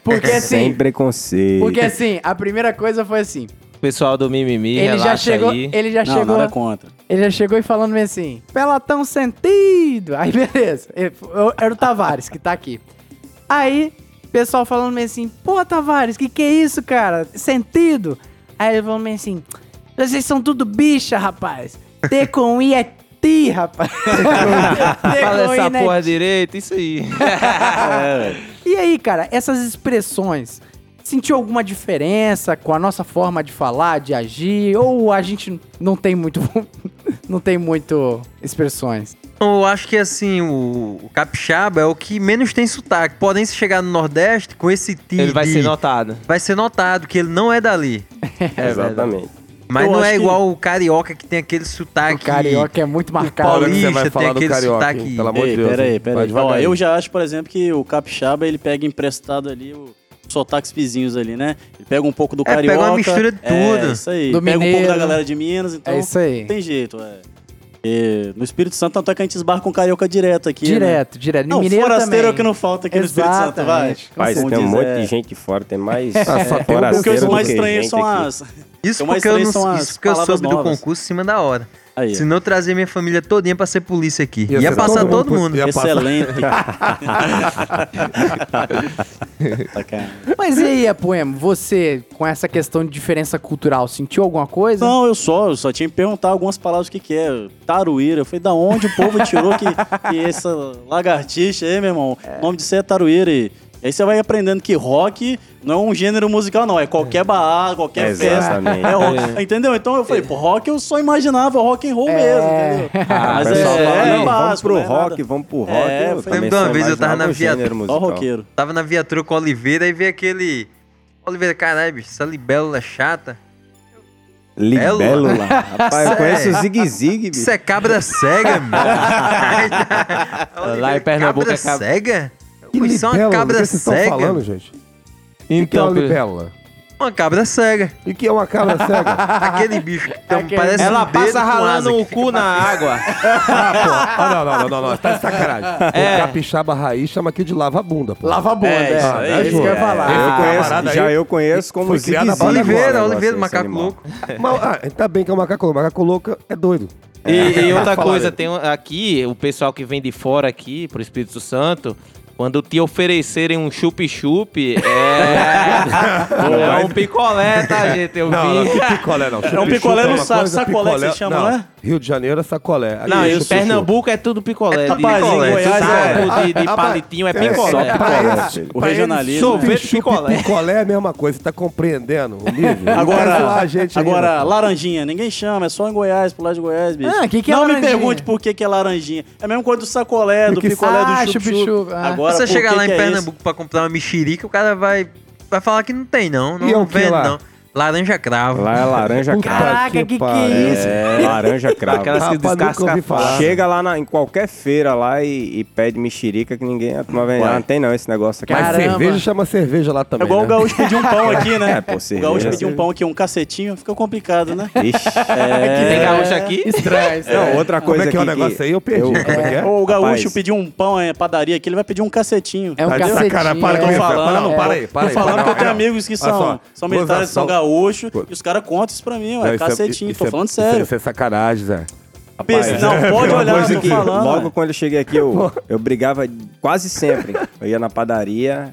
S1: Porque
S3: Sem
S1: assim.
S3: preconceito.
S1: Porque assim, a primeira coisa foi assim.
S4: O pessoal do Mimimi,
S1: Ele já
S4: relaxa
S1: chegou,
S4: aí.
S1: ele já
S8: Não,
S1: chegou.
S8: nada contra.
S1: Ele já chegou e falando meio assim, pelotão sentido. Aí, beleza. Ele- eu- Era o Tavares, que tá aqui. Aí, pessoal falando meio assim, pô, Tavares, que que é isso, cara? Sentido. Aí ele falou meio assim, vocês são tudo bicha, rapaz. T com I é ti, rapaz. T
S4: Fala
S1: com
S4: essa
S1: I não é
S4: porra direito, isso aí.
S1: e aí, cara, essas expressões, sentiu alguma diferença com a nossa forma de falar, de agir? Ou a gente não tem muito. não tem muito expressões?
S5: Eu acho que assim, o, o capixaba é o que menos tem sotaque. Porém, se chegar no Nordeste, com esse ti
S4: ele vai
S5: de-
S4: ser notado.
S5: vai ser notado que ele não é dali.
S3: Exatamente.
S5: Mas
S8: Eu
S5: não
S8: acho
S5: é
S8: que-
S5: igual o carioca que tem aquele sotaque.
S1: O carioca é muito marcado.
S5: Paulo-
S2: Olha que
S5: Paulista tem aquele sotaque-
S2: hein? Pelo amor de
S8: Ei,
S2: Deus.
S8: pera aí,
S2: hein?
S8: pera
S2: Vai
S8: aí. Ó,
S2: devagarinho.
S8: eu já acho, por exemplo, que o capixaba, ele pega emprestado ali o os sotaques vizinhos ali, né? Ele pega um pouco do
S5: É, pega
S8: carioca.
S5: uma mistura de
S8: é,
S5: tudo.
S8: isso aí.
S1: Do
S8: pega um pouco
S1: mineiro.
S8: da galera de Minas, então
S1: É isso aí.
S8: não tem jeito, é. E no Espírito Santo, tanto é que a gente esbarra com carioca direto aqui. né?
S1: Direto, direto.
S8: Não,
S1: Mineiro
S8: forasteiro é
S1: também.
S8: o que não falta aqui no Espírito Santo, vai.
S1: Exatamente.
S3: Rapaz,
S8: Como
S3: tem um
S8: diz,
S3: monte
S8: é,
S3: de gente de fora, tem mais
S2: Ah, só tem um
S8: O que eu
S3: forasteiro
S8: mais
S3: do que
S8: estranhei
S3: gente
S8: são
S3: aqui.
S8: as.
S5: Isso
S8: Eu mais
S5: porque eu,
S8: três
S5: não,
S8: Então, são as
S5: isso porque eu
S8: palavras
S5: soube do
S8: novas.
S5: concurso em cima da hora.
S8: Aí,
S5: Se não eu trazia minha família todinha pra ser polícia aqui. Ia,
S2: ser
S5: passar todo, mundo.
S2: tá ia passar.
S8: excelente. Bacana.
S1: Mas e aí, Apoema, você, com essa questão de diferença cultural, sentiu alguma coisa?
S8: Não, eu só, eu só tinha que perguntar algumas palavras o que, que é. Taruíra. Eu falei, da onde o povo tirou que, que essa lagartixa aí, meu irmão? O nome disso é taruíra. E aí você vai aprendendo que rock não é um gênero musical, não. É qualquer bar, qualquer festa.
S3: Exatamente.
S8: É rock. Entendeu? Então eu falei, pô, rock eu só imaginava rock and roll mesmo, entendeu?
S3: Ah,
S8: Mas
S3: o pessoal
S8: é-
S3: fala,
S8: é
S3: não, vamos
S8: básico,
S3: pro
S8: não é
S3: rock,
S8: nada.
S3: vamos pro rock.
S8: É,
S3: eu
S8: foi-
S3: também
S5: Lembro de uma
S3: só
S5: vez eu tava
S3: imaginava
S5: na
S3: o gênero
S8: Só
S3: musical.
S8: roqueiro.
S5: Tava na viatura com o Oliveira e veio aquele. Oliveira, caralho, bicho, essa libélula é chata.
S3: Libélula. Rapaz, eu conheço o Zig Zig, bicho.
S5: Isso é cabra cega, meu.
S4: Lá em Pernambuco
S5: cabra
S4: é cabra-
S5: cega?
S2: Que
S5: Isso é uma
S2: libélula, do
S5: cabra
S2: que vocês estão
S5: cega.
S2: falando, gente? O que que é
S4: Então,
S2: uma libélula?
S5: Uma cabra cega.
S2: E que é uma cabra cega?
S5: Aquele bicho que tem-
S1: Aquele-
S5: parece
S4: Ela
S5: um dedo
S4: passa
S5: com asa
S4: ralando
S5: que
S4: o
S5: fica
S4: cu na água.
S2: Ah, pô. Ah, não, não, não, não, não. Tá de sacanagem.
S4: É.
S2: O capixaba raiz chama aqui de lava-bunda, pô.
S1: Lava a bunda,
S8: É,
S4: né?
S1: é.
S8: isso
S1: É,
S8: aí.
S1: isso que eu ia
S2: É,
S1: falar.
S2: eu
S1: Ah,
S2: conheço.
S1: camarada.
S2: camarada
S3: já
S2: aí
S3: eu conheço como
S2: foi
S3: Zig
S2: criado a
S3: Zig.
S2: bala
S5: Oliveira,
S3: Agora,
S5: Oliveira,
S3: esse
S5: macaco
S3: animal.
S5: louco.
S2: Mas, ah, ainda bem que é um macaco louco. Macaco louco é doido.
S4: E, e outra
S2: Fala,
S4: coisa,
S2: Leandro.
S4: tem um- aqui o pessoal que vem de fora aqui pro Espírito Santo. Quando te oferecerem um chup-chup, é... é um picolé, tá, gente? Eu
S2: Não, não,
S4: vi.
S2: que picolé não.
S8: É um
S2: Chupa-chupa
S8: picolé
S2: é
S8: no
S2: uma
S8: saco,
S2: coisa,
S8: sacolé que vocês chamam,
S2: não.
S8: né?
S2: Rio de Janeiro é sacolé. Aqui
S4: Não,
S2: é
S4: e
S2: chupa-chupa.
S4: Pernambuco é tudo picolé.
S8: É tapazinho,
S4: de
S8: Goiás,
S4: saco,
S2: é.
S4: de, de
S2: Ah, ah,
S4: palitinho, é
S2: É, só
S4: picolé.
S2: pra
S3: filho.
S2: eles,
S8: O
S2: pra eles,
S8: regionalismo.
S2: chupa e
S4: Sorvete
S2: chupa e
S4: picolé.
S2: Picolé é a mesma coisa, você tá compreendendo o nível? Quer zoar
S8: Agora,
S2: a gente
S8: agora
S2: ainda.
S8: laranjinha, ninguém chama, é só em Goiás, pro lado de Goiás, bicho.
S1: Ah, que que é
S8: Não me
S1: laranjinha?
S8: pergunte por que, que é laranjinha. É a mesma coisa do sacolé, do
S2: Porque-
S8: picolé,
S1: Ah,
S8: do
S1: chup-chup,
S8: chup-chup.
S1: ah.
S8: Agora,
S5: Se você
S8: por
S5: chegar
S8: que
S5: lá em
S8: que é
S5: Pernambuco pra comprar uma mexerica, o cara vai, vai falar que não tem, não. Não
S2: E é o que
S5: vende,
S2: lá?
S5: não. Laranja cravo.
S3: Lá é laranja
S2: Puta
S3: cravo.
S1: Caraca, que que é
S2: pariu.
S1: isso?
S3: É, laranja cravo.
S4: Aquelas que
S2: Rapaz, nunca
S4: descascam
S2: ouvi
S4: a
S2: falar.
S3: Chega lá na- em qualquer feira lá e, e pede mexerica que ninguém... a turma vem, ah, Não tem não esse negócio aqui.
S2: Mas
S1: Caramba.
S2: cerveja chama cerveja lá
S8: É
S2: também,
S8: igual o
S2: né?
S8: gaúcho pedir um pão aqui, né?
S3: É, pô,
S8: o
S3: cerveja.
S8: gaúcho pedir um pão aqui, um cacetinho, fica complicado, né?
S3: Ixi. É.
S4: Tem gaúcho aqui?
S1: Estranho,
S3: Não,
S1: estranho.
S3: outra
S2: Como
S3: coisa
S2: é que é o
S3: aqui
S2: negócio aí? Eu perdi. Como é que é?
S8: Ou o gaúcho
S3: Rapaz.
S8: pedir um pão em padaria aqui, ele vai pedir um cacetinho.
S1: É um
S2: Tá de
S8: entendeu?
S1: cacetinho,
S2: sacanagem, para
S1: é.
S2: com
S8: Tô
S2: isso.
S8: falando,
S2: Para, não, para aí, para
S8: Tô
S2: aí.
S8: falando
S2: para,
S8: que eu
S2: não,
S8: tenho
S2: não.
S8: amigos que
S2: Olha
S8: são,
S2: só,
S8: são militares, são
S2: gozação.
S8: gaúchos,
S2: Pô.
S8: e os caras contam isso pra mim,
S2: Não,
S8: ó, é
S2: isso é-
S8: cacetinho,
S2: isso
S8: tô
S2: é-
S8: falando
S2: isso é-
S8: sério.
S2: Isso é sacanagem, Zé.
S8: Pense-
S2: é
S8: Não, pode
S3: é Uma
S8: olhar,
S3: coisa
S8: tô
S3: que
S8: falando.
S3: Logo
S8: ué.
S3: quando eu cheguei aqui, eu, eu brigava quase sempre. Eu ia na padaria,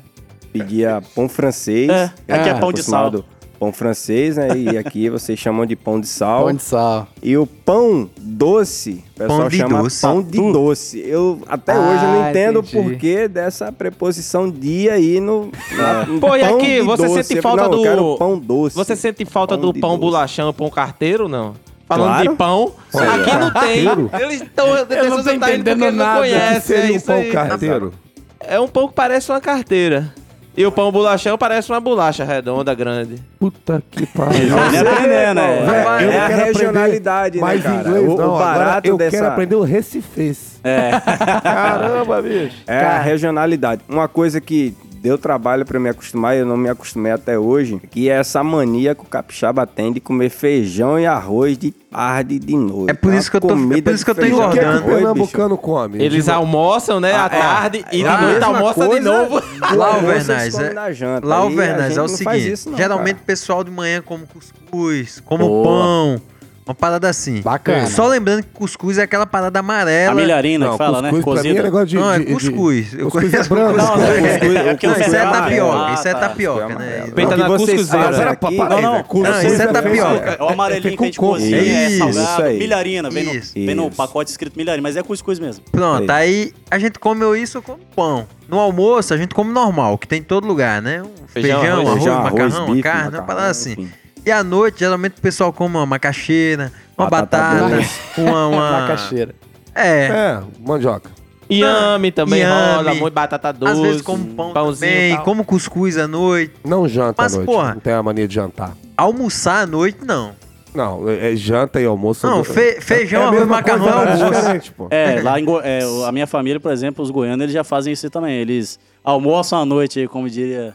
S3: pedia pão francês.
S8: É,
S3: Eu
S8: aqui é
S3: era
S8: pão de sal.
S3: acostumado Pão francês, né? E aqui vocês chamam de pão de sal.
S1: Pão de sal.
S3: E o pão doce, o pessoal
S5: Pão de
S3: chama
S5: doce.
S3: pão de doce. Eu até hoje eu
S1: Ah,
S3: não entendo o
S1: entendi.
S3: porquê dessa preposição dia aí no. na- no
S4: Pô, e
S3: pão
S4: aqui,
S3: de
S4: você
S3: doce.
S4: sente
S3: Eu
S4: falta
S3: falei, não,
S4: do-
S3: Eu quero pão doce.
S4: Você sente falta
S3: Pão
S4: do
S3: de
S4: pão
S3: doce.
S4: bolachão, pão carteiro, não? Falando
S3: Claro.
S4: de pão, aqui não
S2: Carteiro?
S4: tem. Eles estão
S1: não tô entendendo nada.
S2: Que
S4: Conhece, é,
S2: seria um
S4: isso
S2: pão
S4: aí.
S2: carteiro?
S4: é um pão que parece uma carteira. E o pão bolachão parece uma bolacha redonda, grande.
S2: Puta que pariu.
S8: Não é aprender, né?
S3: Véi,
S5: Vai,
S3: eu
S5: é
S3: não
S5: a
S3: quero aprender
S2: regionalidade,
S3: mais
S2: Mais inglês, não. Agora eu quero aprender o recifez. É. Caramba, bicho.
S3: É a regionalidade. Uma coisa que deu trabalho pra me acostumar e eu não me acostumei até hoje, que é essa mania que o capixaba tem de comer feijão e arroz de tarde e de noite.
S5: É por
S3: Uma
S5: isso que eu tô- é
S3: comida
S5: por isso que eu
S3: de
S5: tô
S2: E
S3: feijão
S2: o que, é que o
S5: engordando.
S3: e arroz, bicho.
S2: pernambucano come?
S4: Eles almoçam, né, à tarde, e
S5: ah,
S4: de noite
S5: mesma
S4: almoça de
S3: coisa-
S4: novo.
S5: Lá
S3: Almoço
S5: o
S3: eles
S5: Vernais
S3: comem
S5: é.
S3: na janta.
S5: Lá o
S3: Aí a
S5: Vernais
S3: gente
S5: é o
S3: não
S5: seguinte.
S3: faz isso não,
S5: geralmente
S3: cara.
S5: o pessoal de manhã come cuscuz, come
S2: Boa.
S5: pão. Uma parada assim.
S1: Bacana.
S5: Só lembrando que cuscuz é aquela parada amarela.
S8: A milharina que fala, né?
S2: cuscuz pra mim é
S8: Cozida.
S2: negócio de...
S5: Não, é
S2: de- de-
S5: cuscuz. Eu
S2: cuscuz é
S5: conheço
S2: branco.
S5: cuscuz.
S8: Não, não, cuscuz- o
S5: Não,
S8: cuscuz
S5: isso é
S8: é amarelo.
S5: tapioca. Isso é
S8: Ah, tá.
S5: tapioca,
S3: Cuscuz é
S5: né?
S3: amarelo.
S4: Peita
S2: Não,
S4: na
S2: que vocês
S4: cuscuzeira.
S2: fazem
S3: Aqui-
S2: papai,
S8: Não, não.
S2: né? Cuscuz
S5: Não, isso é tapioca.
S2: feijão.
S8: É o amarelinho
S2: É
S8: que a gente
S2: com couve.
S8: cozinha, é
S5: Isso,
S3: isso
S8: salgado,
S3: aí.
S8: milharina, vem, no,
S5: Isso,
S8: vem no
S3: isso.
S8: pacote escrito milharina, mas é cuscuz mesmo.
S5: Pronto, aí a gente come ou isso ou come pão. No almoço a gente come normal, que tem em todo lugar, né? Um feijão, arroz,
S3: Feijão, arroz,
S5: macarrão,
S3: bife,
S5: carne, uma
S3: macarrão,
S5: parada assim.
S3: enfim.
S5: E à noite, geralmente o pessoal come uma macaxeira, uma
S3: Batata
S5: batata, uma... uma...
S8: Ah,
S1: Macaxeira.
S5: É,
S2: É, mandioca.
S4: Yame também
S5: Inhame.
S4: rola, muito batata doce.
S5: às vezes como pão
S4: pãozinho e
S5: também,
S4: tal.
S5: como cuscuz à noite.
S2: Não janta
S5: Mas,
S2: à noite.
S5: porra.
S2: Não tem a mania de jantar.
S5: Almoçar à noite, não.
S2: Não, é é janta e almoço.
S5: Não, fe- feijão,
S2: a
S5: arroz,
S2: mesma
S5: macarrão
S2: coisa, né?
S5: é
S2: mas
S5: almoço.
S2: diferente, pô.
S8: É, lá em Go- é, o- a minha família, por exemplo, os goianos, eles já fazem isso também. Eles almoçam à noite, aí, como diria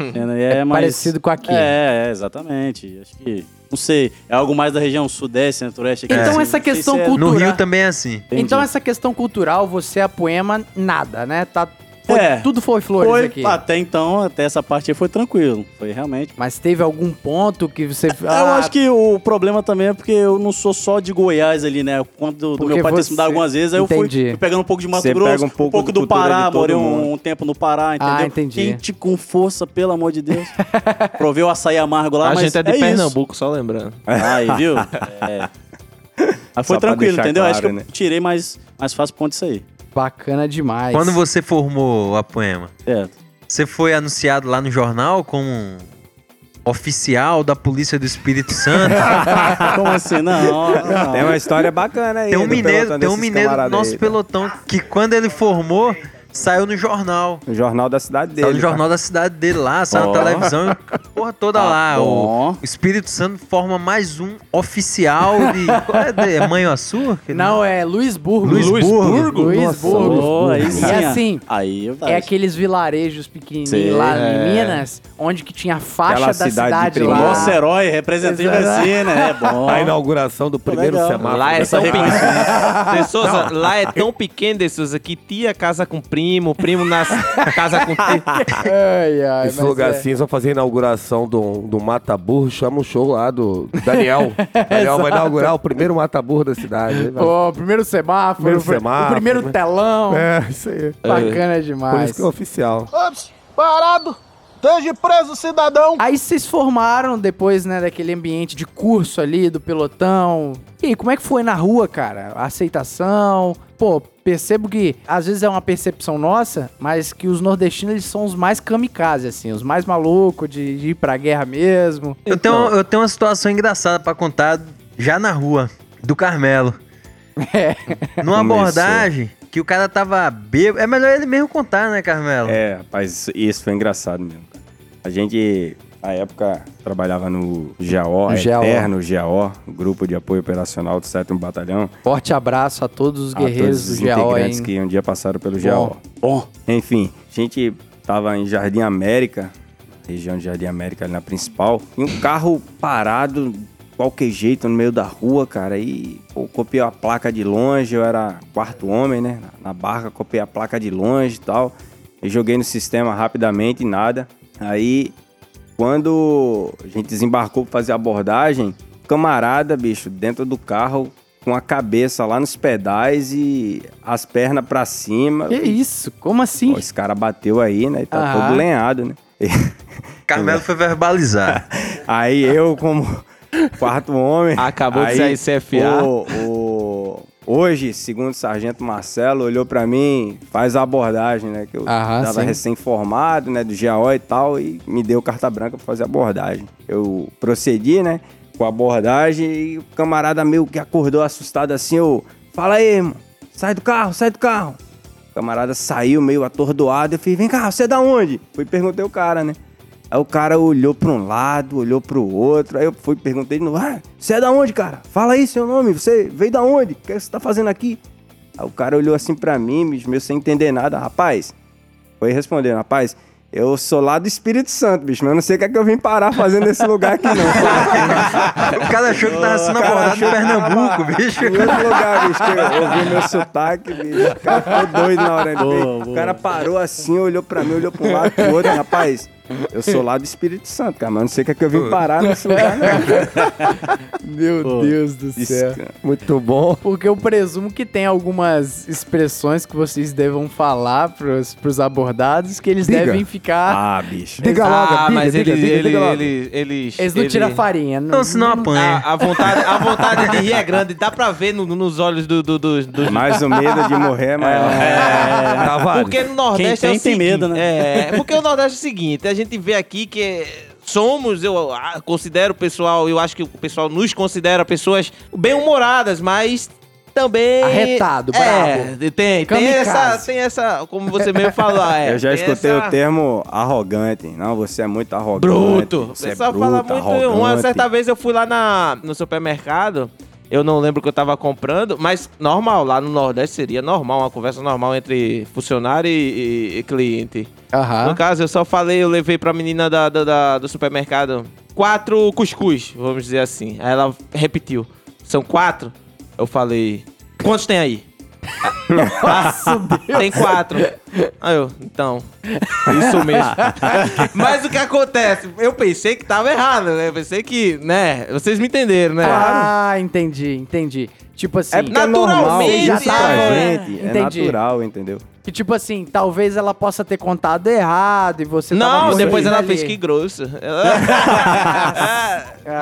S8: Entendeu? É, mais-
S1: parecido com aqui.
S8: É, é, exatamente. Acho que. Não sei. É algo mais da região sudeste, centro-oeste aqui.
S1: Então
S8: assim,
S1: essa
S8: não sei
S1: questão
S8: se é-
S1: cultural-
S5: No
S1: Cultura.
S5: Rio também é assim.
S8: Entendi.
S1: Então essa questão cultural, você a poema, nada, né? Tá, foi-
S8: É.
S1: Tudo foi flores
S8: Foi,
S1: aqui.
S8: até então, até essa parte aí foi tranquilo. Foi realmente.
S1: Mas teve algum ponto que você...
S8: Ah,
S1: "Ah,
S8: eu acho que o problema também é porque eu não sou só de Goiás ali, né? Quando do
S1: Porque
S8: meu pai ter se
S1: você-
S8: mudado algumas vezes, aí eu fui,
S1: Entendi.
S8: fui pegando um pouco de Mato
S3: Você
S8: Grosso,
S3: pega um pouco de
S8: do,
S3: cultura de
S8: Pará,
S3: todo
S8: morei um,
S3: mundo.
S8: tempo no Pará, entendeu?
S1: Ah, entendi.
S8: Quente com força, pelo amor de Deus. Provei o açaí amargo lá,
S4: a
S8: mas
S4: gente é de
S8: isso.
S4: Pernambuco, só lembrando.
S8: Aí, viu? É. Mas foi
S3: Só pra
S8: tranquilo,
S3: deixar
S8: entendeu?
S3: claro,
S8: Acho que eu
S3: né?
S8: tirei mais, mais fácil ponto disso aí.
S1: Bacana demais.
S5: Quando você formou a poema,
S8: É.
S5: você foi anunciado lá no jornal como oficial da Polícia do Espírito Santo.
S8: Como assim? Não, não.
S3: Tem um uma história bacana aí.
S5: Tem
S3: do
S5: um mineiro,
S3: pelotão
S5: tem um
S3: desses
S5: mineiro do
S3: camaradas
S5: nosso
S3: aí, tá?
S5: pelotão que quando ele formou, saiu no jornal.
S3: No jornal da cidade dele. tá?
S5: Saiu Tá no É jornal da cidade dele lá, saiu
S8: Ó.
S5: na televisão, e porra toda
S8: Tá
S5: lá. O
S8: bom.
S5: o Espírito Santo forma mais um oficial de... Qual é, de- é Mãe Açu? Que
S1: Não, é Luisburgo.
S5: Luisburgo?
S1: Luisburgo.
S8: Ô, aí sim,
S1: E
S8: ó.
S1: assim,
S8: Aí eu
S1: É aqueles vilarejos pequenininhos
S8: Sei,
S1: lá
S4: é.
S1: em Minas, onde que tinha a faixa
S3: Aquela
S1: da
S3: cidade
S1: cidade,
S3: de
S1: lá.
S3: primeira.
S2: é
S8: Nosso herói, representativo
S1: Exato.
S8: assim, né? É bom.
S2: A inauguração do primeiro
S8: legal.
S2: semáforo.
S4: Lá é
S2: da
S4: tão
S2: cidade.
S4: pequeno. De Souza, lá é tão pequeno, De Souza, que tia casa com primo, primo nas casa com tio.
S1: Ai, ai,
S2: Esse
S1: mas
S2: lugar
S1: é.
S2: assim, eles vão fazer a inauguração do, do Mata Burro, chama um show lá do Daniel. Daniel vai inaugurar o primeiro Mata Burro da cidade. Aí vai-
S1: Pô, primeiro semáforo,
S2: Primeiro
S1: o pr-
S2: semáforo,
S1: o primeiro
S2: né?
S1: telão.
S2: É, isso aí.
S1: Bacana
S2: Por
S1: demais.
S2: isso que é oficial.
S7: Ops, parado. Esteja preso, cidadão.
S1: Aí vocês formaram depois, né, daquele ambiente de curso ali, do pelotão. E aí, como é que foi na rua, cara? A aceitação? Pô, percebo que às vezes é uma percepção nossa, mas que os nordestinos eles são os mais kamikaze, assim, os mais malucos de, de ir pra guerra mesmo.
S5: Eu tenho, eu tenho uma situação engraçada pra contar já na rua, do Carmelo.
S3: Começou.
S5: Numa abordagem que o cara tava bêbado. É melhor ele mesmo contar, né, Carmelo?
S3: É, rapaz, isso, isso foi engraçado mesmo. cara. A gente, na época, trabalhava no GAO,
S1: No GAO.
S3: Eterno GAO, Grupo de Apoio Operacional do 7 Batalhão.
S1: Forte abraço a todos os guerreiros
S3: a todos os
S1: do GAO,
S3: integrantes
S1: hein?
S3: que um dia passaram pelo
S1: Bom.
S3: GAO. Bom, enfim, a gente tava em Jardim América, região de Jardim América ali na principal, e um carro parado qualquer jeito no meio da rua, cara, e pô, copiei a placa de longe, eu era quarto homem, né, na- na barca, copiei a placa de longe e tal, e joguei no sistema rapidamente e nada. Aí quando a gente desembarcou pra fazer a abordagem, camarada, bicho, dentro do carro, com a cabeça lá nos pedais e as pernas pra cima.
S1: Que isso? Como assim?
S3: Pô, esse cara bateu aí, né? E tá
S1: Aham.
S3: todo lenhado, né?
S5: Carmelo foi verbalizar.
S3: Aí eu, como quarto homem.
S4: Acabou de
S3: aí
S4: sair CFA.
S3: O, o- Hoje, segundo o sargento Marcelo, olhou pra mim, faz a abordagem, né? Que eu
S1: Aham,
S3: tava
S1: sim.
S3: recém-formado, né? Do GAO e tal, e me deu carta branca pra fazer a abordagem. Eu procedi, né? Com a abordagem e o camarada meu que acordou assustado assim, eu... Fala aí, irmão. Sai do carro, sai do carro. O camarada saiu meio atordoado. Eu falei, vem cá, você é da onde? Fui e perguntei o cara, né? Aí o cara olhou pra um lado, olhou pro outro. Aí eu fui e perguntei de novo, ah, você é da onde, cara? Fala aí seu nome, você veio da onde? O que é que você tá fazendo aqui? Aí o cara olhou assim pra mim, bicho, meu, sem entender nada. Rapaz, foi respondendo, rapaz, eu sou lá do Espírito Santo, bicho, mas eu não sei o que é que eu vim parar fazendo nesse lugar aqui, não.
S5: o cara achou que tava sendo abordado em Pernambuco, bicho.
S3: Em outro lugar, bicho, que eu ouvi meu sotaque, bicho. O cara ficou doido na hora.
S8: Boa,
S3: dele. O
S8: boa.
S3: cara parou assim, olhou pra mim, olhou pro lado, pro outro. Rapaz, eu sou lá do Espírito Santo, cara, mas eu não sei o que é que eu vim parar nesse lugar,
S4: Tá
S3: não.
S1: Meu Deus do céu.
S2: Muito bom.
S1: Porque eu presumo que tem algumas expressões que vocês devam falar pros, pros abordados que eles
S2: Diga.
S1: devem ficar.
S3: Ah, bicho.
S2: Diga logo,
S4: ah,
S2: diga,
S4: mas
S2: diga,
S4: ele,
S2: diga,
S4: ele,
S2: diga logo.
S4: ele, eles,
S1: eles não
S4: ele-
S1: tiram farinha.
S5: Então senão apanha.
S4: A, a vontade, a vontade de rir é grande, dá pra ver no- nos olhos do, do, do, dos-
S3: Mais o medo de morrer é maior.
S2: Tavares.
S4: Porque no Nordeste é
S8: Quem tem,
S4: o
S8: tem
S4: seguinte,
S8: medo,
S4: né? É, porque o Nordeste é o seguinte, a gente vê aqui que somos, eu ah, considero o pessoal, eu acho que o pessoal nos considera pessoas bem-humoradas, mas também...
S1: Arretado, brabo.
S4: É, tem, tem
S1: Kamikaze.
S4: essa, tem essa, como você mesmo falou, é,
S3: Eu já
S4: tem
S3: escutei
S4: essa-
S3: o termo né? arrogante. Não, você é muito arrogante.
S4: Bruto. O
S3: Você é
S4: pessoal
S3: bruto,
S4: fala muito. um
S3: arrogante.
S4: Uma certa vez eu fui lá na, no supermercado. Eu não lembro o que eu tava comprando, mas normal, lá no Nordeste seria normal, uma conversa normal entre funcionário e, e- e cliente. No
S1: Aham.
S4: caso, eu só falei, eu levei pra menina da, da- da- do supermercado quatro cuscuz, vamos dizer assim. Aí ela repetiu. São quatro? Eu falei, quantos tem aí? Tem quatro. Aí eu, então, isso mesmo. Mas o que acontece? Eu pensei que tava errado, né? Eu pensei que, né? Vocês me entenderam, né?
S1: Ah, entendi, entendi. Tipo assim,
S3: É porque é normal,
S4: Naturalmente,
S3: isso pra
S4: tava, né?
S3: gente, é
S1: tá Entendi.
S3: natural, entendeu?
S1: que tipo assim, talvez ela possa ter contado errado e você tava
S4: Não,
S1: gostando
S4: depois ela
S1: ali.
S4: fez que grosso. É.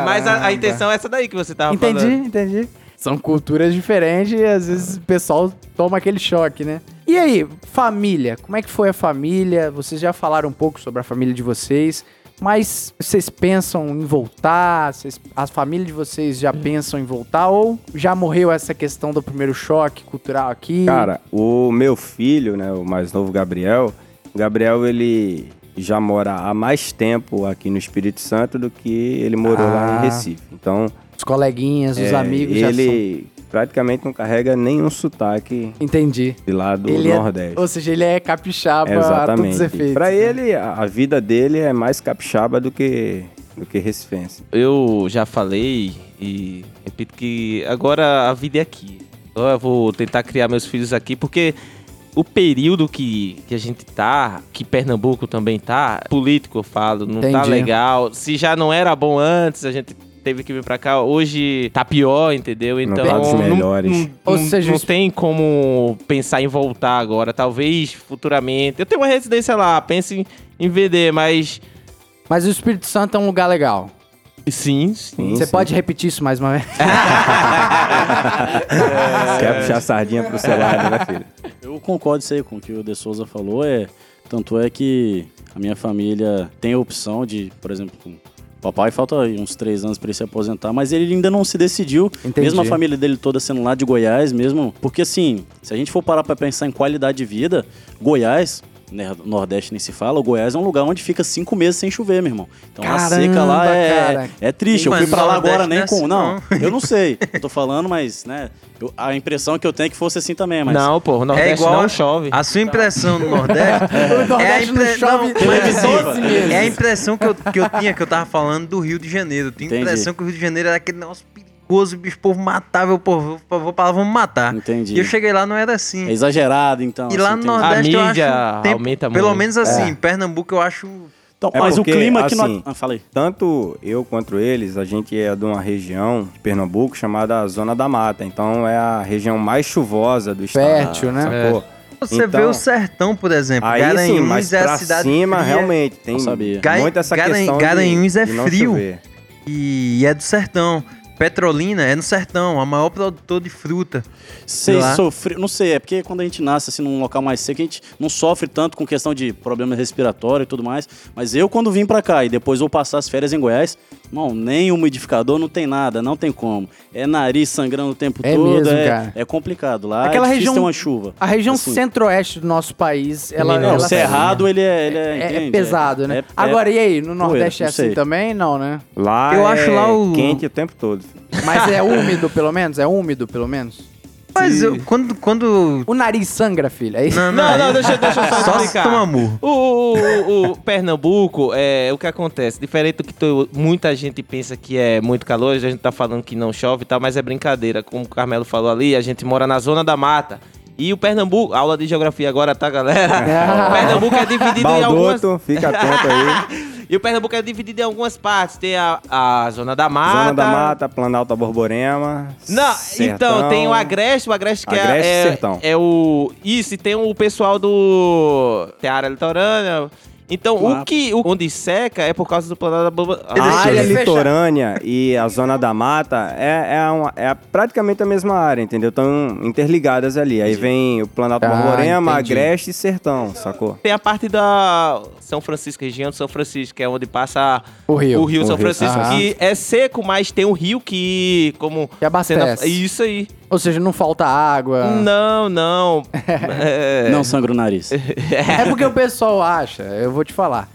S4: Mas a, a intenção é essa daí que você tava
S1: Entendi,
S4: falando.
S1: entendi. São culturas diferentes e às vezes o pessoal toma aquele choque, né? E aí, família? Como é que foi a família? Vocês já falaram um pouco sobre a família de vocês, mas vocês pensam em voltar? Vocês, a família de vocês já pensam em voltar? Ou já morreu essa questão do primeiro choque cultural aqui?
S3: Cara, o meu filho, né, o mais novo Gabriel, o Gabriel ele já mora há mais tempo aqui no Espírito Santo do que ele morou lá
S1: Ah.
S3: em Recife. Então,
S1: os coleguinhas, os
S3: é,
S1: amigos já são...
S3: ele praticamente não carrega nenhum sotaque
S1: Entendi.
S3: de lá do
S1: ele
S3: Nordeste.
S1: É, ou seja, ele é capixaba a todos os
S3: Exatamente.
S1: efeitos. né?
S3: Pra ele, a a vida dele é mais capixaba do que do que recifense.
S4: Eu já falei e repito que agora a vida é aqui. Agora eu vou tentar criar meus filhos aqui, porque o período que, que a gente tá, que Pernambuco também tá, político eu falo, não tá
S1: Entendi.
S4: legal. Se já não era bom antes, a gente teve que vir pra cá, hoje tá pior, entendeu?
S3: Não
S4: Então
S3: tá dos melhores.
S4: não,
S1: Ou
S4: não-
S1: seja,
S4: não
S1: isso-
S4: tem como pensar em voltar agora, talvez futuramente. Eu tenho uma residência lá, penso em, em vender, mas
S1: Mas o Espírito Santo é um lugar legal.
S4: sim, sim.
S3: Sim,
S1: Você
S3: sim.
S1: pode repetir isso mais uma vez?
S3: Quer puxar a sardinha pro seu lado, né, filho?
S8: Eu concordo isso aí com o que o De Souza falou. É, tanto é que a minha família tem a opção de, por exemplo, com- o papai falta aí uns três anos para ele se aposentar, mas ele ainda não se decidiu.
S1: Entendi.
S8: Mesmo a família dele toda sendo lá de Goiás, mesmo. Porque assim, se a gente for parar para pensar em qualidade de vida, Goiás. né, Nordeste nem se fala, o Goiás é um lugar onde fica cinco meses sem chover, meu irmão. Então
S1: Caramba,
S8: a seca lá
S1: cara.
S8: é, é triste. eu
S5: Mas
S8: fui pra lá
S5: Nordeste
S8: agora nem
S5: não é
S8: com.
S5: assim,
S8: Não,
S5: não.
S8: eu não sei. Eu tô falando, mas, né? eu- a impressão que eu tenho é que fosse assim também, mas.
S4: Não, pô, o Nordeste não chove.
S5: É A sua impressão do Nordeste. é
S1: O Nordeste não chove
S5: mas
S8: durante
S5: assim,
S8: 12 meses.
S5: É a impressão que eu, que eu tinha, que eu tava falando do Rio de Janeiro. Eu tinha a
S8: Entendi.
S5: impressão que o Rio de Janeiro era aquele negócio perigoso, bicho, o povo matava, o povo, eu vou pra lá, vamos matar.
S8: Entendi.
S5: E eu cheguei lá, não era assim.
S8: É exagerado, então.
S5: E lá
S8: assim,
S5: no
S8: tem-
S4: A
S5: Nordeste eu acho.
S4: mídia
S5: tem-
S4: aumenta
S5: Pelo
S4: muito.
S5: menos assim, em Pernambuco eu acho.
S8: Então,
S3: É
S8: mas
S3: porque,
S8: o clima aqui
S3: assim,
S8: no. Ah, falei.
S3: Tanto eu quanto eles, a gente é de uma região de Pernambuco chamada Zona da Mata. Então é a região mais chuvosa do estado.
S1: Fértil, né?
S3: sacou?
S5: Você
S3: Então,
S5: vê o sertão, por exemplo.
S3: Aí sim, mas
S5: É. Garanhuns é
S3: pra
S5: a cidade.
S3: cima
S5: fria
S3: realmente tem
S8: Não sabia.
S5: Ga-
S3: muito essa
S5: Garan-
S3: questão
S5: Garanhuns
S3: de,
S5: é
S3: de não
S5: frio.
S3: chover.
S5: E é do sertão. Petrolina é no sertão, a maior produtor de fruta.
S8: Vocês
S5: lá.
S8: sofreram. Não sei, é porque quando a gente nasce assim num local mais seco, a gente não sofre tanto com questão de problemas respiratórios e tudo mais. Mas eu, quando vim pra cá e depois vou passar as férias em Goiás, não, nem umidificador, não tem nada, não tem como. É nariz sangrando o tempo
S1: É
S8: todo,
S1: mesmo,
S8: é,
S1: cara.
S8: é complicado. Lá
S1: Aquela
S8: é difícil
S1: região-
S8: ter uma chuva.
S1: A região
S8: Assim,
S1: centro-oeste do nosso país, ela,
S8: Não,
S1: ela
S8: o cerrado, ele é. ele é,
S1: é, é
S8: entende?
S1: pesado, né?
S8: É- é-
S1: Agora, e aí, no Nordeste é
S8: não
S1: assim
S8: sei.
S1: também? Não, né?
S3: Lá
S5: Eu
S3: é
S5: acho lá o-
S3: quente o tempo todo.
S1: Mas é úmido, pelo menos? É úmido, pelo menos?
S5: Mas eu, quando. quando...
S1: O nariz sangra, filho. É isso?
S4: Não, não,
S5: aí-
S4: deixa, deixa eu só,
S5: Só se
S4: explicar.
S5: toma murro.
S4: O, o- o- o Pernambuco, é, o que acontece? Diferente do que tu- muita gente pensa que é muito calor, a gente tá falando que não chove e tal, mas é brincadeira. Como o Carmelo falou ali, a gente mora na zona da mata. E o Pernambuco, aula de geografia agora, tá, galera? o Pernambuco é dividido em algumas.
S3: Baldoto, fica atento aí.
S4: E o Pernambuco é dividido em algumas partes. Tem a, a zona da mata.
S3: Zona da Mata, Planalto Borborema.
S4: Ah, tá. Não, então,
S3: Sertão.
S4: tem o Agreste, o Agreste que é-
S3: Agreste e
S4: é,
S3: Sertão.
S4: é o... Isso, e tem o pessoal do... Tem a área litorânea. Então, o
S8: Claro.
S4: que... o- onde seca é por causa do planalto da Ah, bomba...
S3: A
S1: Deixa
S3: área
S1: ele fechar.
S3: litorânea e a zona da mata é, é, uma- é praticamente a mesma área, entendeu? Estão interligadas ali. Aí vem o Planalto
S1: Ah,
S3: Borborema,
S1: entendi.
S3: Agreste e Sertão, sacou?
S4: Tem a parte da São Francisco, região de São Francisco, que é onde passa
S1: O rio.
S4: o rio
S3: O
S4: São
S3: rio.
S4: Francisco,
S1: Aham.
S4: que é seco, mas tem um rio que, como...
S1: Que abastece. Tá.
S4: sendo- é Isso aí.
S1: Ou seja, não falta água.
S4: Não, não. É.
S8: Não sangra o nariz.
S1: É porque o pessoal acha, eu vou te falar.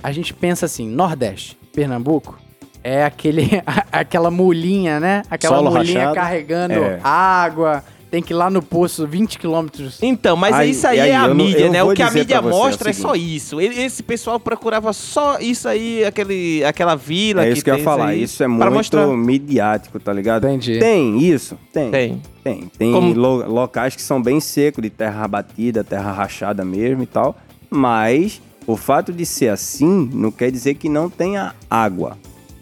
S1: A gente pensa assim, Nordeste, Pernambuco, É aquele, aquela mulinha, né? Aquela
S8: Solo
S1: mulinha
S8: rachado.
S1: carregando
S3: É.
S1: água. Tem que ir lá no poço 20 quilômetros.
S4: Então, mas
S3: Aí-
S4: isso aí,
S3: e aí,
S4: é a
S3: eu não-
S4: mídia,
S3: eu
S4: né?
S3: vou
S4: O que a
S3: dizer
S4: mídia
S3: pra você
S4: mostra
S3: o
S4: é só isso. Ele- Esse pessoal procurava só isso aí, aquele, aquela vila
S3: É isso que eu
S4: tem
S3: ia falar.
S4: aí,
S3: Isso, é
S4: pra
S3: muito
S4: mostrar.
S3: midiático, tá ligado?
S1: Entendi.
S3: Tem isso? Tem.
S4: Tem.
S3: Tem. Tem
S4: Como-
S3: lo- locais que são bem secos, de terra abatida, terra rachada mesmo e tal. Mas o fato de ser assim não quer dizer que não tenha água.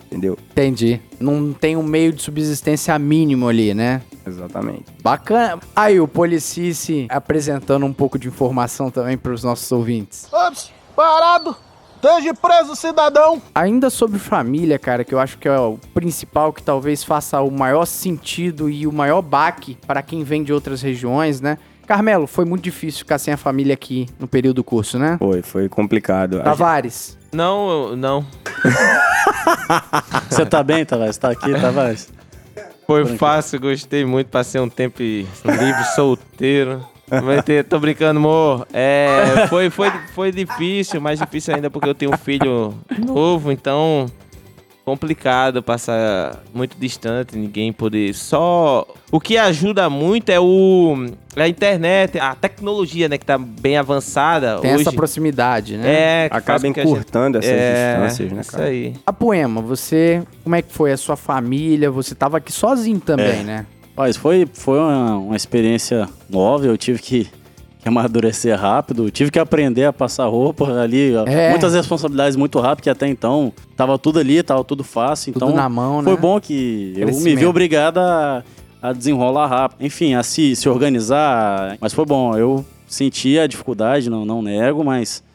S3: Entendeu?
S1: Entendi. Não tem um meio de subsistência mínimo ali, né?
S3: Exatamente.
S1: Bacana. Aí o Policice apresentando um pouco de informação também para os nossos ouvintes.
S7: Ops, parado! Esteja preso, cidadão!
S1: Ainda sobre família, cara, que eu acho que é o principal que talvez faça o maior sentido e o maior baque para quem vem de outras regiões, né? Carmelo, foi muito difícil ficar sem a família aqui no período do curso, né?
S3: Foi, foi complicado. A
S1: Tavares.
S4: Não, não.
S8: Você tá bem, Tavares? Tá aqui, Tavares?
S4: Foi fácil, gostei muito. Passei um tempo livre, solteiro. Vai ter- Tô brincando, amor. É, foi, foi, foi difícil, mais difícil ainda porque eu tenho um filho novo, então complicado passar muito distante, ninguém poder. Só o que ajuda muito é o é a internet, a tecnologia, né, que tá bem avançada
S1: Tem
S4: hoje.
S1: essa proximidade, né?
S4: É, que faz
S3: acaba
S4: com que a gente-
S3: encurtando essas
S4: É,
S3: distâncias, né,
S4: Isso
S3: cara?
S4: aí.
S1: A Poema, você, como é que foi a sua família? Você tava aqui sozinho também, né?
S8: Mas foi, foi uma, uma experiência nova, eu tive que, que amadurecer rápido, tive que aprender a passar roupa ali, ó,
S1: É.
S8: muitas responsabilidades muito rápido, que até então tava tudo ali, tava tudo fácil,
S1: Tudo
S8: então
S1: na mão, né?
S8: foi bom que eu me vi
S1: Crescimento.
S8: obrigado a, a desenrolar rápido, enfim, a se, se organizar, mas foi bom, eu senti a dificuldade, não, não nego, mas...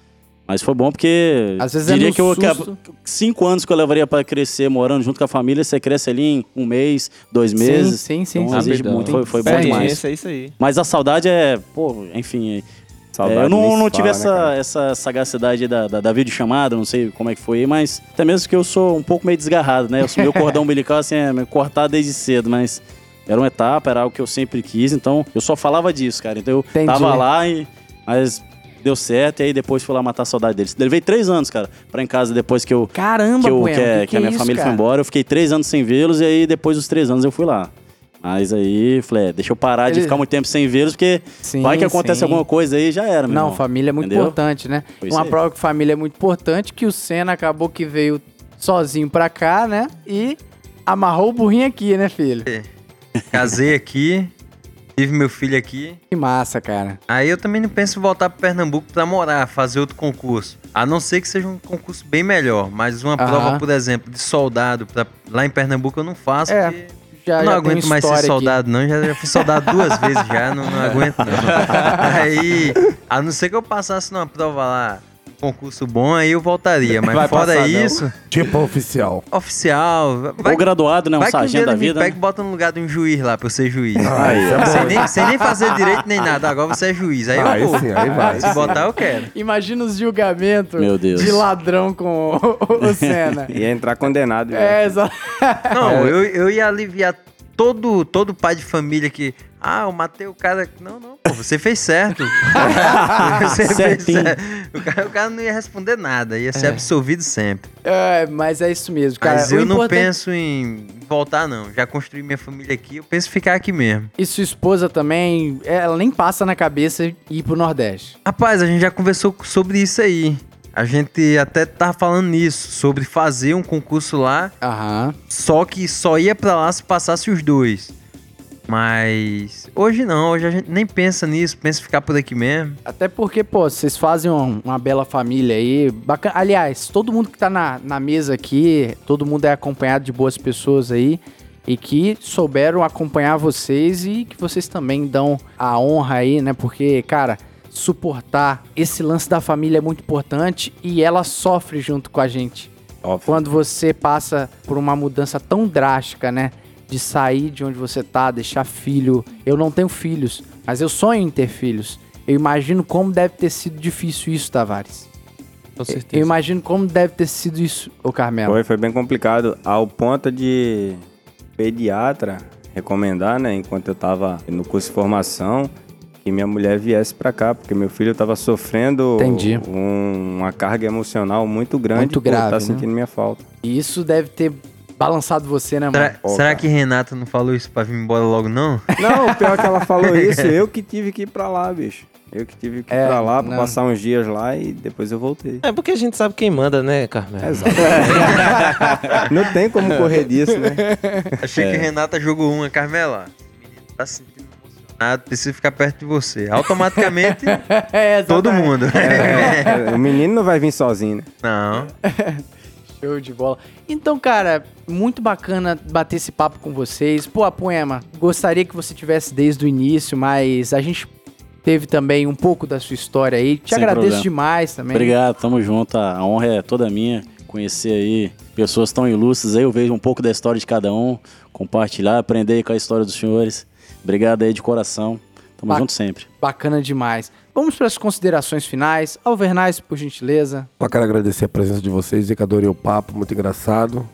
S8: Mas foi bom porque.
S1: Às vezes é
S8: diria
S1: no
S8: que eu acabo-
S1: susto.
S8: cinco anos que eu levaria pra crescer morando junto com a família, você cresce ali em um mês, dois meses.
S1: Sim, sim, Ah,
S8: Então,
S1: sim.
S8: exige muito, foi, foi bom
S1: Experiência.
S8: demais.
S4: É isso aí.
S8: Mas a saudade é, pô, enfim. é-
S3: Saudade
S8: é, eu
S3: nem
S8: não,
S3: se
S8: não tive
S3: fala, né,
S8: essa,
S3: cara?
S8: essa sagacidade da, da, da videochamada, não sei como é que foi, mas até mesmo que eu sou um pouco meio desgarrado, né? O meu cordão umbilical, assim, é meio cortado desde cedo, mas era uma etapa, era algo que eu sempre quis, então eu só falava disso, cara. Então eu
S1: Entendi.
S8: tava lá, e, mas deu certo, e aí depois fui lá matar a saudade deles. Levei três anos, cara, pra em casa depois que eu
S1: Caramba,
S8: que, eu,
S1: Poema,
S8: que, é-
S1: que,
S8: que a minha
S1: isso,
S8: família
S1: cara?
S8: foi embora. Eu fiquei três anos sem vê-los e aí depois dos três anos eu fui lá. Mas aí, falei, é, deixa eu parar de
S1: Ele-
S8: ficar muito tempo sem vê-los, porque
S1: Sim,
S8: vai que acontece
S1: sim.
S8: alguma coisa aí já era, meu
S1: Não,
S8: né, irmão.
S1: família é muito
S8: Entendeu?
S1: importante, né?
S8: Foi isso
S1: Uma
S8: aí.
S1: prova que família é muito importante, que o Senna acabou que veio sozinho pra cá, né? E amarrou o burrinho aqui, né, filho?
S5: Casei aqui, tive meu filho aqui.
S1: Que massa, cara.
S5: Aí eu também não penso em voltar para Pernambuco para morar, fazer outro concurso. A não ser que seja um concurso bem melhor, mas uma
S1: Aham.
S5: prova, por exemplo, de soldado pra- lá em Pernambuco eu não faço.
S1: É,
S5: porque
S1: Já,
S5: eu não
S1: já tem
S4: um
S5: aguento mais
S1: história aqui.
S5: ser soldado, não. Já, já fui soldado duas vezes já, não, não aguento não. Aí, a não ser que eu passasse numa prova lá, concurso bom, aí eu voltaria. Mas
S4: Vai
S5: fora
S4: passar, não.
S5: isso,
S2: Tipo oficial.
S5: oficial,
S8: Ou graduado, né? Um
S5: vai que um dia
S8: sargento da
S5: ele me
S8: vida.
S5: pega
S8: né?
S5: e bota no lugar de um juiz lá pra eu ser juiz.
S2: Aí, é bom.
S5: sem, nem, sem nem fazer direito nem nada. Agora você é juiz. Aí
S2: Aí
S5: eu vou.
S2: sim, aí vai.
S5: Se botar, eu quero.
S1: Imagina os julgamentos
S8: Meu Deus.
S1: de ladrão com o, o Senna.
S3: Ia entrar condenado.
S1: é, exa-
S2: É.
S5: Não, eu, eu ia aliviar todo, todo pai de família que. Ah, eu matei o cara. Não, não, pô, você fez certo. você
S8: Certinho. É.
S5: fez certo. O cara, o cara não ia responder nada, ia ser absolvido sempre.
S1: é, mas é isso mesmo, cara.
S5: Mas
S1: O
S5: eu não
S1: importante-
S5: penso em voltar, não. Já construí minha família aqui, eu penso em ficar aqui mesmo.
S1: E sua esposa também, ela nem passa na cabeça ir pro Nordeste.
S5: Rapaz, a gente já conversou sobre isso aí. A gente até tava falando nisso, sobre fazer um concurso lá,
S1: Aham.
S5: só que só ia pra lá se passasse os dois. Mas hoje não, hoje a gente nem pensa nisso, pensa em ficar por aqui mesmo.
S1: Até porque, pô, vocês fazem um- uma bela família aí. Bacana. Aliás, todo mundo que tá na, na mesa aqui, todo mundo é acompanhado de boas pessoas aí. E que souberam acompanhar vocês e que vocês também dão a honra aí, né? Porque, cara, suportar esse lance da família é muito importante e ela sofre junto com a gente.
S3: Óbvio.
S1: Quando você passa por uma mudança tão drástica, né? De sair de onde você tá, deixar filho. Eu não tenho filhos, mas eu sonho em ter filhos. Eu imagino como deve ter sido difícil isso, Tavares.
S4: Com certeza.
S1: Eu imagino como deve ter sido isso, ô Carmelo.
S3: Foi, foi bem complicado. Ao ponto de pediatra recomendar, né, enquanto eu tava no curso de formação, que minha mulher viesse pra cá, porque meu filho tava sofrendo
S1: Entendi.
S3: um- uma carga emocional muito grande
S1: Muito
S3: por
S1: grave,
S3: tá
S1: né?
S3: sentindo minha falta.
S1: E isso deve ter balançado você, né, mano?
S5: Será, será que Renata não falou isso pra vir embora logo, não?
S3: Não, o pior é que ela falou isso, eu que tive que ir pra lá, bicho. Eu que tive que ir
S1: É,
S3: pra lá, pra
S1: não.
S3: passar uns dias lá e depois eu voltei.
S4: É porque a gente sabe quem manda, né, Carmelo?
S3: Exato. não tem como correr disso, né?
S5: Achei que Renata jogou uma. Carmela, menino tá se sentindo emocionado, precisa ficar perto de você. Automaticamente,
S1: É,
S5: todo
S1: exatamente.
S5: mundo.
S3: O menino não vai vir sozinho, né?
S5: não.
S1: Show de bola. Então, cara, muito bacana bater esse papo com vocês. Pô, Apoema, gostaria que você tivesse desde o início, mas a gente teve também um pouco da sua história aí. Te
S8: Sem
S1: agradeço
S8: problema.
S1: demais também.
S8: Obrigado, tamo junto. A honra é toda minha. Conhecer aí pessoas tão ilustres aí, eu vejo um pouco da história de cada um, compartilhar, aprender aí com a história dos senhores. Obrigado aí de coração. Tamo
S1: Ba-
S8: junto sempre.
S1: Bacana demais. Vamos para as considerações finais. Alvernais, por gentileza.
S2: Só quero agradecer a presença de vocês, dizer que adorei o papo, muito engraçado.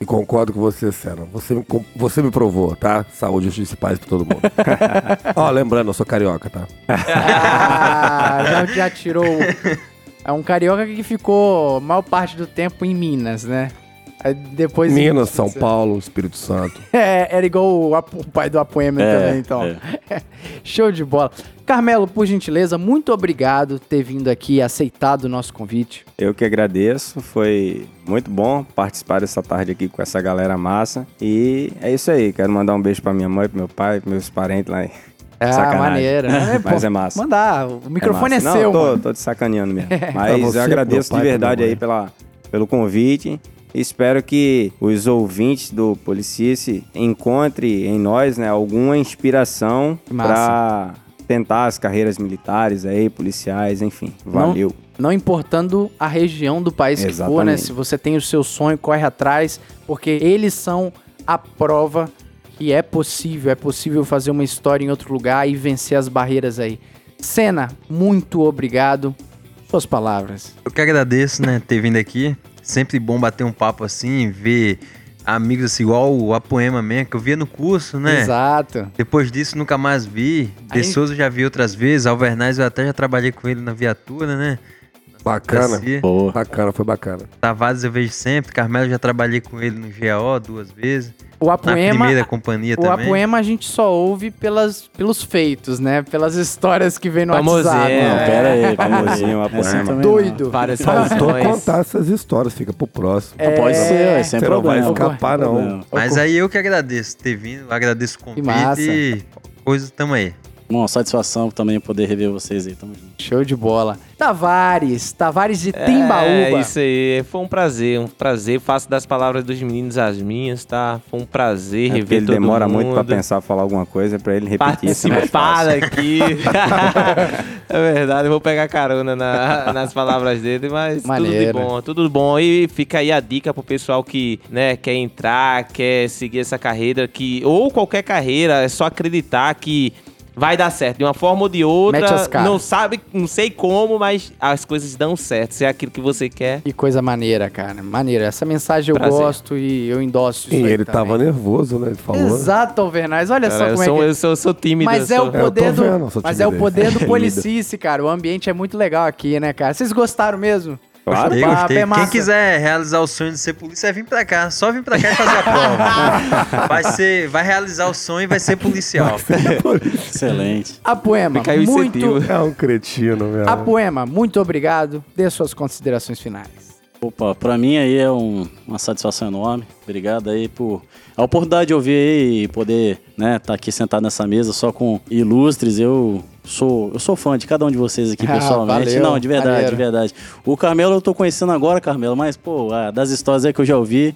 S2: E concordo com você, Senna. Você me, com- você me provou, tá? Saúde, justiça e paz pra todo mundo. Ó, lembrando, eu sou carioca, tá?
S1: Ah, já, já tirou. É um carioca que ficou a maior parte do tempo em Minas, né? Aí Depois
S2: Minas, São Paulo, Espírito Santo.
S1: É, era igual o, Apo- o pai do Apoema
S8: É,
S1: também, então. Show de bola. Carmelo, por gentileza, muito obrigado por ter vindo aqui e aceitado o nosso convite.
S3: Eu que agradeço, foi muito bom participar dessa tarde aqui com essa galera massa. E é isso aí, quero mandar um beijo pra minha mãe, pro meu pai, pros meus parentes lá. em-
S1: Ah,
S3: Sacanagem.
S1: maneira.
S3: Mas é massa.
S1: Mandar, o microfone é,
S3: massa.
S1: seu,
S3: Não, tô,
S1: mano. É,
S3: tô te sacaneando mesmo.
S2: Pra
S3: Mas
S2: você,
S3: eu agradeço
S2: meu pai,
S3: de verdade
S2: pra
S3: aí
S2: minha
S3: pela, pelo convite. Espero que os ouvintes do Policice encontrem em nós né, alguma inspiração
S1: Que massa.
S3: para tentar as carreiras militares aí, policiais, enfim. Valeu.
S1: Não importando a região do país que for, né?
S3: Exatamente.
S1: Se você tem o seu sonho, corre atrás, porque eles são a prova que é possível, é possível fazer uma história em outro lugar e vencer as barreiras aí. Senna, muito obrigado. Suas palavras.
S5: Eu que agradeço, né, ter vindo aqui. Sempre bom bater um papo assim, ver amigos assim, igual o Apoema mesmo, que eu via no curso, né?
S1: Exato.
S5: Depois disso, nunca mais vi.
S1: Aí-
S5: De Souza eu já vi outras vezes. Alvernais, eu até já trabalhei com ele na viatura, né?
S2: Bacana.
S5: Garcia.
S8: Boa.
S2: Bacana, foi bacana.
S5: Tavares eu vejo sempre. Carmelo, eu já trabalhei com ele no GAO duas vezes.
S1: O
S5: Na
S1: Apoema,
S5: primeira companhia
S1: o
S5: também.
S1: Apoema a gente só ouve pelas, pelos feitos, né? Pelas histórias que vem no
S4: Famosinho,
S1: WhatsApp.
S4: É.
S8: Não,
S1: né?
S8: pera aí,
S3: Famosinho, É
S8: pera aí.
S3: Apoema.
S8: Essa também não.
S1: Doido.
S4: Várias
S2: Faltou
S4: razões.
S2: contar essas histórias, fica pro próximo.
S1: É.
S8: Pode ser, ué, sem
S2: Você não vai
S8: problema.
S2: escapar,
S8: Sem
S2: não.
S8: problema.
S5: Mas aí eu que agradeço ter vindo. Agradeço o convite
S1: massa.
S5: e coisa tamo aí.
S8: Bom, satisfação também poder rever vocês aí. Tamo junto.
S1: Show de bola. Tavares, Tavares de
S4: É
S1: Timbaúba.
S4: isso aí, foi um prazer, um prazer. Faço das palavras dos meninos as minhas, tá? Foi um prazer
S3: É porque
S4: rever
S3: ele
S4: todo
S3: demora
S4: mundo. assim,
S3: muito pra pensar, falar alguma coisa, pra ele repetir. isso é mais
S4: Participar
S3: fácil.
S4: aqui. é verdade, eu vou pegar carona na- nas palavras dele, mas
S1: Maneiro.
S4: tudo de bom, tudo de bom. E fica aí a dica pro pessoal que, né, quer entrar, quer seguir essa carreira que ou qualquer carreira, é só acreditar que vai dar certo de uma forma ou de
S1: Mete as
S4: outra.
S1: caras.
S4: Não sabe, não sei como, mas as coisas dão certo. Se é aquilo que você quer,
S1: Que coisa maneira, cara. Maneira. Essa mensagem eu
S4: Prazer.
S1: gosto e eu endosso isso
S2: E
S1: aí tá
S2: ele
S1: também.
S2: tava nervoso, né? Ele falou.
S1: Exato, Alvernais. Olha
S4: cara,
S1: só
S4: eu,
S1: como é
S4: sou,
S1: que...
S4: eu sou, eu sou tímido.
S1: Mas
S4: eu
S1: é
S4: sou... um
S1: o
S2: Eu tô
S1: poder do...
S2: vendo a sua
S1: Mas é o
S2: timidez.
S1: poder do policice, cara. O ambiente é muito legal aqui, né, cara? Vocês gostaram mesmo?
S3: Claro.
S5: Gostei,
S1: Papo
S5: gostei.
S1: é
S5: Quem
S1: massa.
S5: quiser realizar o sonho de ser polícia é vir pra cá. Só vir pra cá e fazer a prova. vai, ser, vai realizar o sonho e vai ser policial.
S8: Excelente.
S1: A poema,
S4: Fica aí o incentivo.
S1: muito...
S2: É um cretino, velho.
S1: A poema, muito obrigado. Dê suas considerações finais.
S8: Opa, pra mim aí é um- uma satisfação enorme. Obrigado aí por a oportunidade de ouvir aí e poder, né, tá aqui sentado nessa mesa só com ilustres. Eu sou, eu sou fã de cada um de vocês aqui
S1: Ah,
S8: pessoalmente.
S1: valeu,
S8: Não, de verdade,
S1: maneiro.
S8: de verdade. O Carmelo eu tô conhecendo agora, Carmelo, mas pô, ah, das histórias aí que eu já ouvi,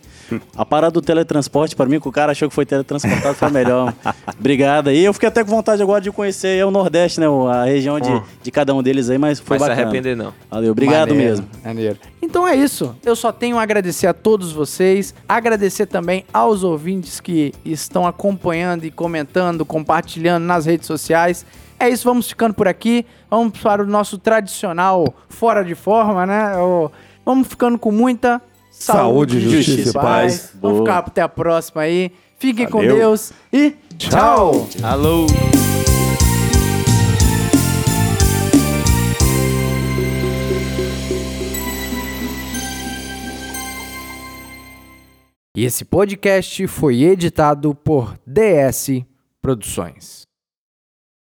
S8: a parada do teletransporte pra mim que o cara achou que foi teletransportado foi a melhor. Obrigado aí. Eu fiquei até com vontade agora de conhecer aí o Nordeste, né, a região
S1: Hum.
S8: de, de cada um deles aí, mas foi
S4: Vai se
S8: bacana.
S4: arrepender, não.
S8: Valeu, obrigado
S1: Maneiro,
S8: mesmo.
S1: Maneiro. Então é isso. Eu só tenho a agradecer a todos vocês, agradecer também aos ouvintes que estão acompanhando e comentando, compartilhando nas redes sociais. É isso, vamos ficando por aqui. Vamos para o nosso tradicional fora de forma, né? O- Vamos ficando com muita saúde,
S2: Saúde, justiça e paz.
S1: Vamos
S8: Boa.
S1: ficar até a próxima aí. Fiquem com
S3: Valeu.
S1: Deus e tchau.
S4: Alô!
S1: E esse podcast foi editado por DS Produções.